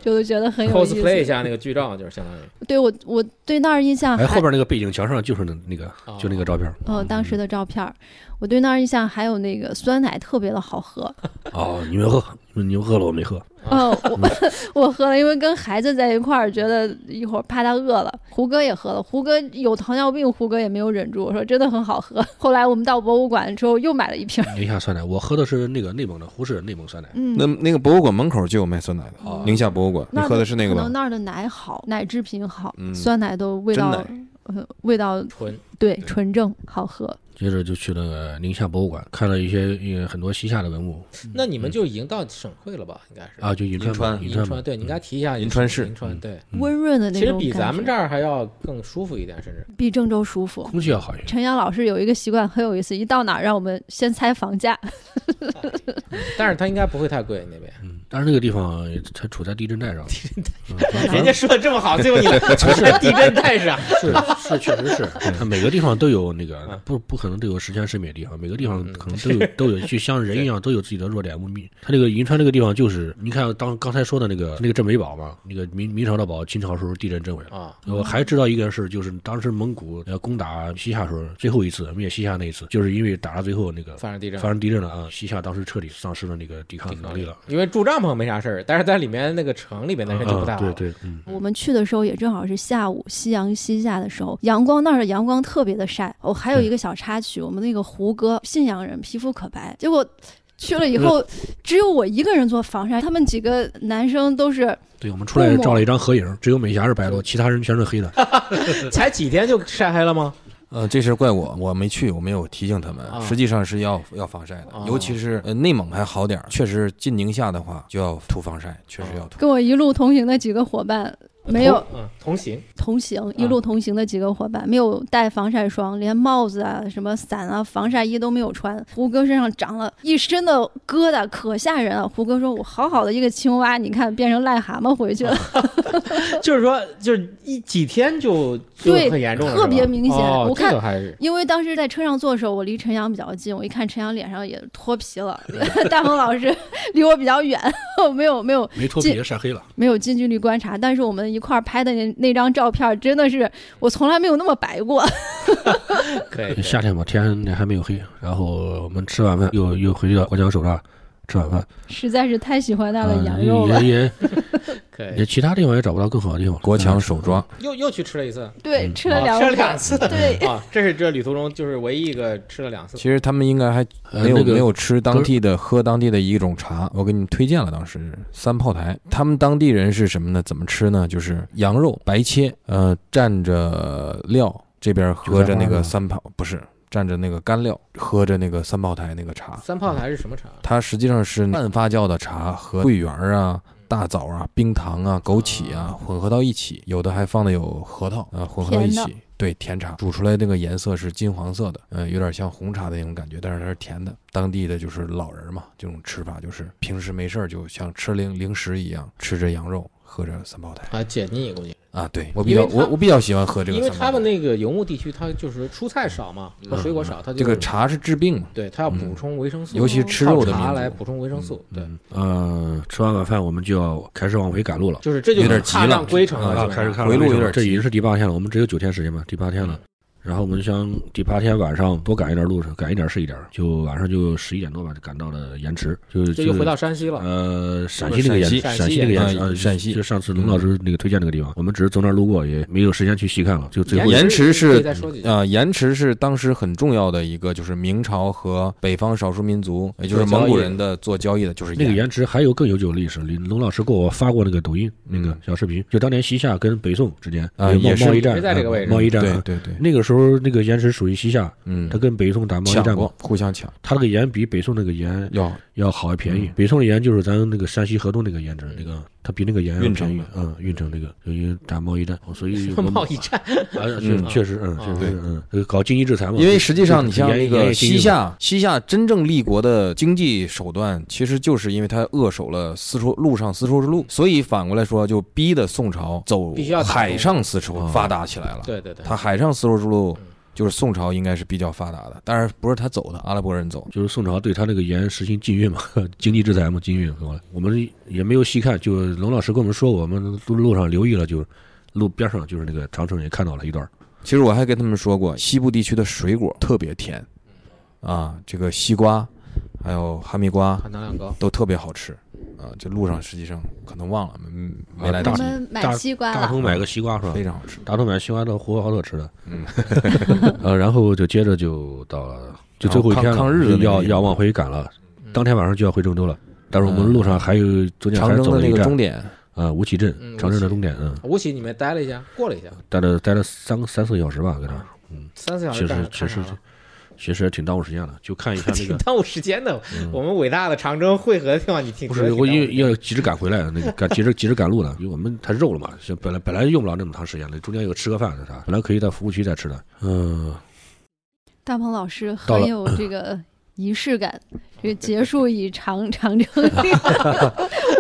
S4: 就觉得很有意
S2: cosplay 一
S4: 思。
S2: 下那个剧照，就是相当于
S4: 对我，我对那儿印象还
S1: 哎，后边那个背景墙上就是那那个
S2: 哦
S1: 就那个照片。
S4: 嗯，当时的照片儿，我对那儿印象还有那个酸奶特别的好
S3: 啊
S4: 喝。
S1: 哦，你们喝，你们喝了我没喝。
S4: 嗯，我 我喝了，因为跟孩子在一块儿，觉得一会儿怕他饿了。胡歌也喝了，胡歌有糖尿病，胡歌也没有忍住，我说真的很好喝。后来我们到博物馆之后又买了一瓶儿。
S1: 宁夏酸奶，我喝的是那个内蒙的呼市内蒙酸奶。
S4: 嗯，
S3: 那那个博物馆门口就有卖酸奶的，
S1: 哦
S3: 宁夏博物馆，你
S4: 那儿
S3: 喝
S4: 的
S3: 的是那个
S4: 可
S3: 吧
S4: 能？那儿的奶好，奶制品好，
S3: 嗯
S4: 酸奶都味
S3: 真
S4: 道
S3: 奶，
S4: 呃，味道
S2: 纯
S1: 嗯
S4: 对纯正好喝。
S1: 接着就去了宁夏博物馆，看了一些呃很多西夏的文物
S2: 那你们就已经到省会了吧？应该是
S1: 嗯啊，，就银
S3: 银川
S1: 银
S2: 银
S1: 川
S2: 川，
S1: 嘛
S2: 对，你应该提一下
S3: 银川市
S2: 银川对，
S1: 嗯
S4: 温润的那
S2: 其实
S4: 种感觉，
S2: 比咱们这儿还要更舒服一点，甚至
S4: 比郑州舒服。
S1: 空气要好一些。
S4: 陈阳老师有一个习惯很有意思，一到哪儿让我们先猜房价，
S2: 但是它应该不会太贵那边。
S1: 嗯，但是那个地方也它处在地震带上， 嗯
S2: 人家说的这么好，最后你来地震带上，
S1: 是 是确实是，它 每个地方都有那个不不可能都有十全十美的地方，每个地方
S2: 嗯
S1: 可能都有都有，就像人一样都有自己的弱点。密它那个银川那个地方就是，你看当刚才说的那个那个镇北堡嘛，那个明明朝的堡，清朝时候地震震毁了。
S2: 啊，
S1: 我还知道一件事，就是当时蒙古要攻打西夏时候，最后一次灭西夏那一次，就是因为打到最后那个
S2: 发生地震
S1: 发。生地震了啊，西夏当时彻底丧失了那个抵抗能力了。
S2: 因为住帐篷没啥事儿，但是在里面那个城里面的人就不太
S1: 啊
S2: 好。
S1: 对，对，嗯，
S4: 我们去的时候也正好是下午，夕阳西下的时候，阳光那儿的阳光特别的晒。哦，还有一个小插曲，我们那个胡歌，信阳人，皮肤可白，结果。去了以
S2: 嗯
S4: 后，只有我一个人做防晒，他们几个男生都是
S1: 对我们出来照了一张合影，只有美霞是白的，其他人全是黑的。
S2: 才几天就晒黑了吗？
S3: 呃，这事儿怪我，我没去，我没有提醒他们。
S4: 哦
S2: 啊
S3: 实际上是要要防晒的，
S2: 哦
S3: 尤其是呃内蒙还好点儿，确实进宁夏的话就要涂防晒，确实要涂。
S4: 跟我一路同行的几个伙伴，没有
S2: 同，嗯，同行
S4: 同行一路同行的几个伙伴，没有带防晒霜，连帽子啊、什么伞啊、防晒衣都没有穿。胡歌身上长了一身的疙瘩，可吓人了。啊胡歌说：“我好好的一个青蛙，你看变成癞蛤蟆回去了。
S2: 就是说，就是一几天就就
S4: 呃对
S2: 很严重了，
S4: 特
S2: 是吧
S4: 别明显
S2: 哦
S4: 我看
S2: 这个还是
S4: 因为当时在车上坐的时候，我离陈阳比较近，我一看陈阳脸上也脱皮了， 大鹏老师离我比较远， 我没有没有
S1: 没脱皮晒黑了，
S4: 没有近距离观察，但是我们一块儿拍的那那张照片，真的是我从来没有那么白过。
S2: 可
S3: 哎
S2: 以。
S1: 夏天嘛，天还没有黑。然后我们吃晚饭又又回去到过江手那吃晚饭，
S4: 实在是太喜欢他的
S1: 啊
S4: 羊肉了。
S1: 也 也
S2: 可
S1: 也
S2: 以，
S1: 其他地方也找不到更好的地方了。
S3: 哎国强手抓，
S2: 又又去吃了一次，
S4: 对，吃了
S2: 哦
S4: 两
S2: 吃了
S4: 碗
S2: 两次，
S4: 对
S2: 啊，这是这旅途中就是唯一一个吃了两次
S3: 其实他们应该还
S1: 呃
S3: 没有、
S1: 那个
S3: 没有吃当地的，喝当地的一种茶，我给你们推荐了，当时三炮台，他们当地人是什么呢？怎么吃呢？就是羊肉白切，呃，蘸着料，这边喝着那
S1: 韭菜花吗
S3: 个三炮，不是蘸着那个干料，喝着那个三炮台那个茶，
S2: 三炮台是什么茶？啊
S3: 它实际上是半发酵的茶和桂圆儿啊、大枣啊、冰糖啊、枸杞啊混合到一起，有的还放的有核桃啊、
S2: 嗯
S3: 混合到一
S4: 甜的
S3: 起。对，甜茶煮出来那个颜色是金黄色的，嗯、有点像红茶的那种感觉，但是它是甜的。当地的就是老人嘛，这种吃法就是平时没事儿就像吃零零食一样，吃着羊肉，喝着三胞胎
S2: 啊，解腻估计，
S3: 啊。对我比
S2: 因
S3: 较
S2: 为它
S3: 我我比较喜欢喝这
S2: 因
S3: 个
S2: 为
S3: 三
S2: 他
S3: 胞
S2: 们
S3: 胎。
S2: 那个游牧地区，它就是蔬菜少嘛，和水果少，它
S3: 嗯
S2: 就
S3: 这个
S2: 是
S3: 茶是治病嘛，
S2: 对，它要补充维生素，
S3: 尤其吃肉的
S2: 靠茶
S3: 民
S2: 来
S3: 族
S2: 补充维生素，对，
S1: 嗯，呃，吃完晚饭我们就要开始往回赶路了。
S2: 就是这就
S3: 有点
S2: 是
S3: 急
S2: 踏上
S3: 了
S2: 归程了，
S1: 啊，
S2: 基本
S1: 开始
S2: 上
S1: 看
S3: 回路
S1: 了
S3: 有点
S1: 这已
S3: 急嗯
S1: 经是第八天了，我们只有九天时间嘛，第八天了。然后我们就想第八天晚上多赶一点路程，赶一点是一点儿，就晚上就十一点多吧，就赶到了盐池，就
S2: 这就回到山西了。
S1: 呃陕西那个盐池，
S2: 陕西
S1: 陕西那个
S3: 啊
S1: 盐池，呃
S3: 陕西嗯
S1: 就上次龙老师那个推荐那个地方，我们只是从那儿路过，也没有时间去细看了，就最后
S3: 盐
S1: 一
S3: 盐池是
S2: 可以再说几句。
S3: 啊，盐池是当时很重要的一个，就是明朝和北方少数民族，也就是蒙古人的做交易的，就是
S1: 那个
S3: 盐。
S1: 盐池还有更悠久的历史，林龙老师给我发过那个抖音那个小视频，就当年西夏跟北宋之间
S3: 嗯啊
S1: 有贸
S3: 也是
S1: 贸易战
S2: 也，在这个位置
S1: 啊贸易战
S3: 嗯对
S1: 啊，
S3: 对对，
S1: 那个时候那个盐池属于西夏，
S3: 嗯
S1: 他，跟北宋打贸易
S3: 抢
S1: 战
S3: 过，互相抢，
S1: 他那个盐比北宋那个盐
S3: 要
S1: 要好便宜
S3: 嗯。
S1: 北宋的盐就是咱那个山西河东那个盐城，那个它比那个盐要
S3: 运
S1: 便
S3: 城
S1: 宜
S3: 的。
S1: 嗯，运城那个由于打贸易战，所以我们
S2: 贸易 战，
S1: 啊是
S3: 嗯
S1: 确实，嗯，
S2: 啊
S1: 确
S3: 对
S1: 实，嗯，呃搞经济制裁嘛。
S3: 因为实际上你像
S1: 盐
S3: 那
S1: 盐
S3: 个
S1: 也经济
S3: 西
S1: 嘛
S3: 夏，西夏真正立国的经济手段，其实就是因为他扼守了丝绸路上丝绸之路，所以反过来说，就逼的宋朝走
S2: 必须要打通
S3: 海上丝绸
S1: 啊
S3: 发达起来了。
S2: 对嗯对对，
S3: 他海上丝绸之路就是宋朝应该是比较发达的，当然不是他走的，阿拉伯人走的。
S1: 就是宋朝对他那个盐实行禁运嘛，经济制裁嘛，禁运过来。我们也没有细看，就龙老师跟我们说，我们路路上留意了，就是路边上就是那个长城也看到了一段儿。
S3: 其实我还跟他们说过，西部地区的水果特别甜，啊，这个西瓜，还有哈密瓜
S2: 含糖量高。
S3: 都特别好吃，啊，这路上实际上可能忘了，没没来
S1: 大
S3: 得
S4: 我
S3: 及，
S4: 们买
S1: 大
S4: 西瓜
S1: 大
S4: 了，
S1: 同买个西瓜是吧
S3: 非？常好吃。
S1: 大同买西瓜的胡萝卜好多吃的，
S3: 嗯，
S1: 呃，然后就接着就到了，就最后一天了，
S3: 然后抗抗日的那个
S1: 要
S3: 地方
S1: 要往回赶了，当天晚上就要回郑州了。但是我们路上还有中间
S3: 长
S1: 还
S3: 征
S1: 走
S3: 的
S1: 了
S3: 那
S1: 一
S3: 个终
S1: 站，
S3: 点，
S1: 啊，吴起镇
S2: 嗯，
S1: 长征的终点，嗯，
S2: 吴起，你们待了一下，过了一下，
S1: 待了待了三三四个小时吧，搁那儿，
S2: 三四小时
S1: 其
S2: 干
S1: 实
S2: 啥
S1: 其实
S2: 了？
S1: 其实也挺耽误时间的，就看一下那
S2: 挺
S1: 个，
S2: 耽误时间的。
S3: 嗯
S2: 我们伟大的长征汇合的地方，你挺
S1: 不
S2: 觉
S1: 是
S2: 得
S1: 我
S2: 挺
S1: 因
S2: 耽误
S1: 为要急着赶回来，那个赶急着急着赶路呢，因为我们太肉了嘛，就本来本来用不了那么长时间了，中间有个吃个饭那啥，本来可以在服务区再吃的，嗯，
S4: 大鹏老师
S1: 到
S4: 很
S1: 了
S4: 有这个仪式感，这个结束以长长 征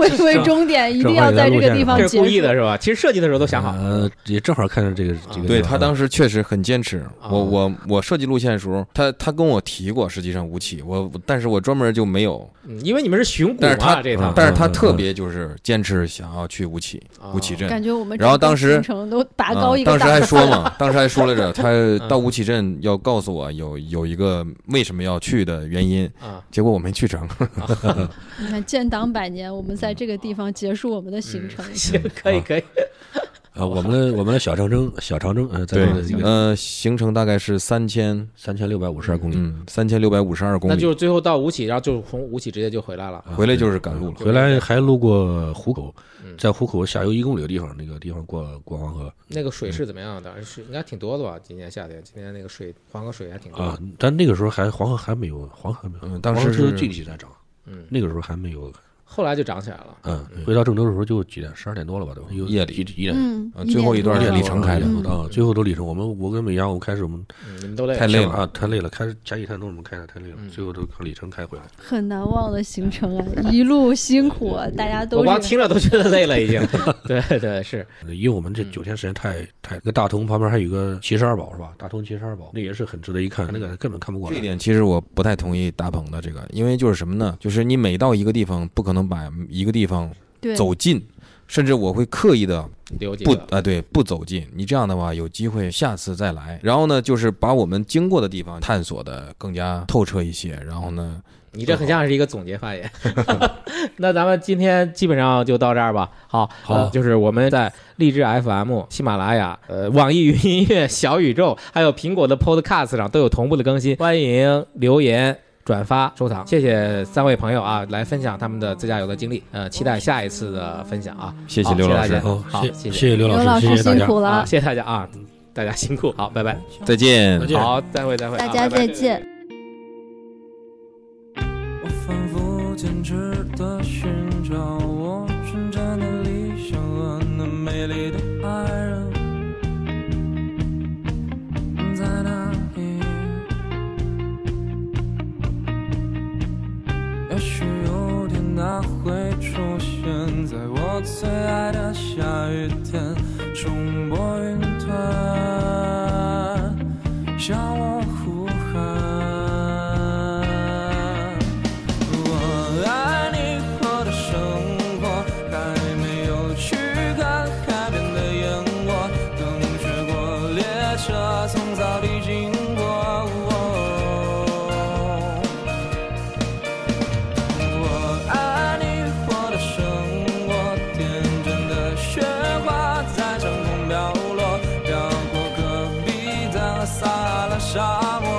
S4: 为为终点，一定要在这个地方
S2: 这
S4: 结
S2: 是
S4: 束。
S2: 故意的是吧？其实设计的时候都想好，
S1: 呃，也正好看着这个这个地方，
S3: 嗯
S1: 啊
S3: 对他当时确实很坚持。
S2: 啊
S3: 我我我设计路线的时候，他他跟我提过，实际上吴起，我但是我专门就没有，
S2: 嗯因为你们是巡古
S3: 但是
S2: 嘛，
S3: 他
S2: 这趟
S1: 嗯
S3: 但是他特别就是坚持想要去吴起
S2: 啊
S3: 吴起镇。
S4: 感觉我们
S3: 然后
S4: 整个
S3: 当时
S4: 行程都拔高一个
S3: 啊。当
S4: 档
S3: 时还
S4: 次
S3: 说 嘛，当时还说来着，
S4: 嗯
S3: 他到吴起镇要告诉我有有一个为什么要去的原因，
S2: 啊，
S3: 结果我没去成。嗯
S4: 你看建党百年，我们在这个地方结束我们的行程。
S3: 啊
S2: 行，可以可以，
S1: 啊，我们的我们的小长征小长征，呃，在这个
S3: 呃，行程大概是三千，
S1: 三千六百五十二公里，
S3: 嗯，三千六百五十二公
S2: 那
S3: 里，
S2: 就是最后到吴起，然后就从吴起直接就回来了。
S3: 回来就是赶路了。
S1: 回来还路过虎口
S2: 嗯，
S1: 在虎口下游一公里的地方，那个地方过过黄河
S2: 那个水是怎么样的？是应该挺多的吧？今年夏天，今年那个水黄河水还挺多的
S1: 啊，但那个时候还黄河还没有黄河没有，
S3: 嗯嗯，当
S1: 黄河
S3: 时
S1: 只有
S3: 是
S1: 近期在涨，
S2: 嗯，
S1: 那个时候还没有，
S2: 后来就涨起来了。
S1: 嗯，回到郑州的时候就几点，十二点多了吧都，有
S3: 夜里
S1: 一一点
S4: 嗯
S3: 呃，最后一
S1: 一
S3: 段
S1: 点
S3: 是
S1: 多
S3: 里程开的
S1: 一点
S4: 嗯
S1: 多啊，最后都里程，我们我跟美阳我们开始我们
S2: 嗯，你们都累了
S3: 太累了
S1: 啊，太累了，开始前几天都我们开的太累了
S2: 嗯，
S1: 最后都靠里程开回来。
S4: 很难忘的行程啊，一路辛苦，啊大家
S2: 我
S4: 都
S2: 光
S4: 是
S2: 听了都觉得累了，已经。 对对是，
S1: 呃因为我们这九天时间太太，那个大同旁边还有一个齐十二堡是吧？大同齐十二堡那也是很值得一看，那个根本看不过
S3: 这一
S1: 来。
S3: 点其实我不太同意大鹏的这个，因为就是什么呢？就是你每到一个地方，不可能把一个地方
S4: 对
S3: 走近，甚至我会刻意的
S2: 留几
S3: 不
S2: 个。
S3: 啊，对，不走近。你这样的话，有机会下次再来。然后呢，就是把我们经过的地方探索的更加透彻一些。然后呢，
S2: 你这很像是一个总结发言。 那咱们今天基本上就到这儿吧。好，
S1: 好
S2: 呃就是我们在荔枝 FM、喜马拉雅、呃网易云音乐、 小宇宙，还有苹果的 Podcast 上都有同步的更新，欢迎留言。转发收藏，谢谢三位朋友啊，来分享他们的自驾游的经历，呃，期待下一次的分享啊，
S3: 谢
S2: 好
S3: 谢刘
S2: 谢谢
S3: 老
S2: 大
S3: 师
S2: 家，
S1: 好，
S2: 好
S1: 谢
S2: 谢谢
S1: 谢刘
S4: 刘老
S1: 老师，谢
S4: 师
S1: 谢大
S4: 辛
S1: 家。
S4: 苦了
S2: 好，，谢谢大家啊，大家辛苦，好，拜拜，
S3: 再见
S1: 再。见
S2: 好，三位，三位，
S4: 大
S2: 啊
S4: 家
S2: 拜拜
S4: 再见。
S6: 我反复坚持地寻找我纯真的理想和那美丽的爱人，在哪里？也许有天它会出现在我最爱的下雨天，冲破云团，向我呼喊。我爱你，我的生活还没有去看海边的烟火，等雪国列车从草地经过。我爱你，我的生活天真的雪花在长空飘落，飘过戈壁的撒哈拉沙漠。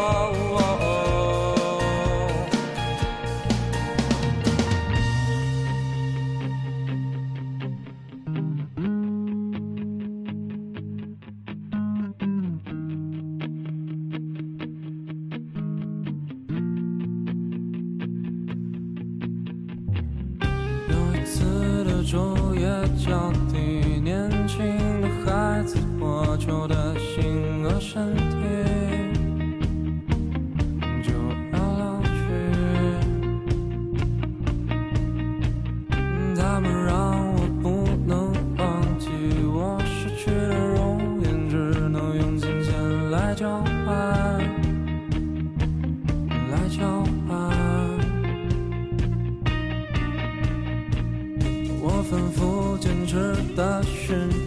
S6: 有一嗯次的昼夜交替，年轻的孩子破旧的心和身体就要老去，嗯他们让我不能忘记我失去的容颜，只能用金钱来交换，来交换。我反复坚持的寻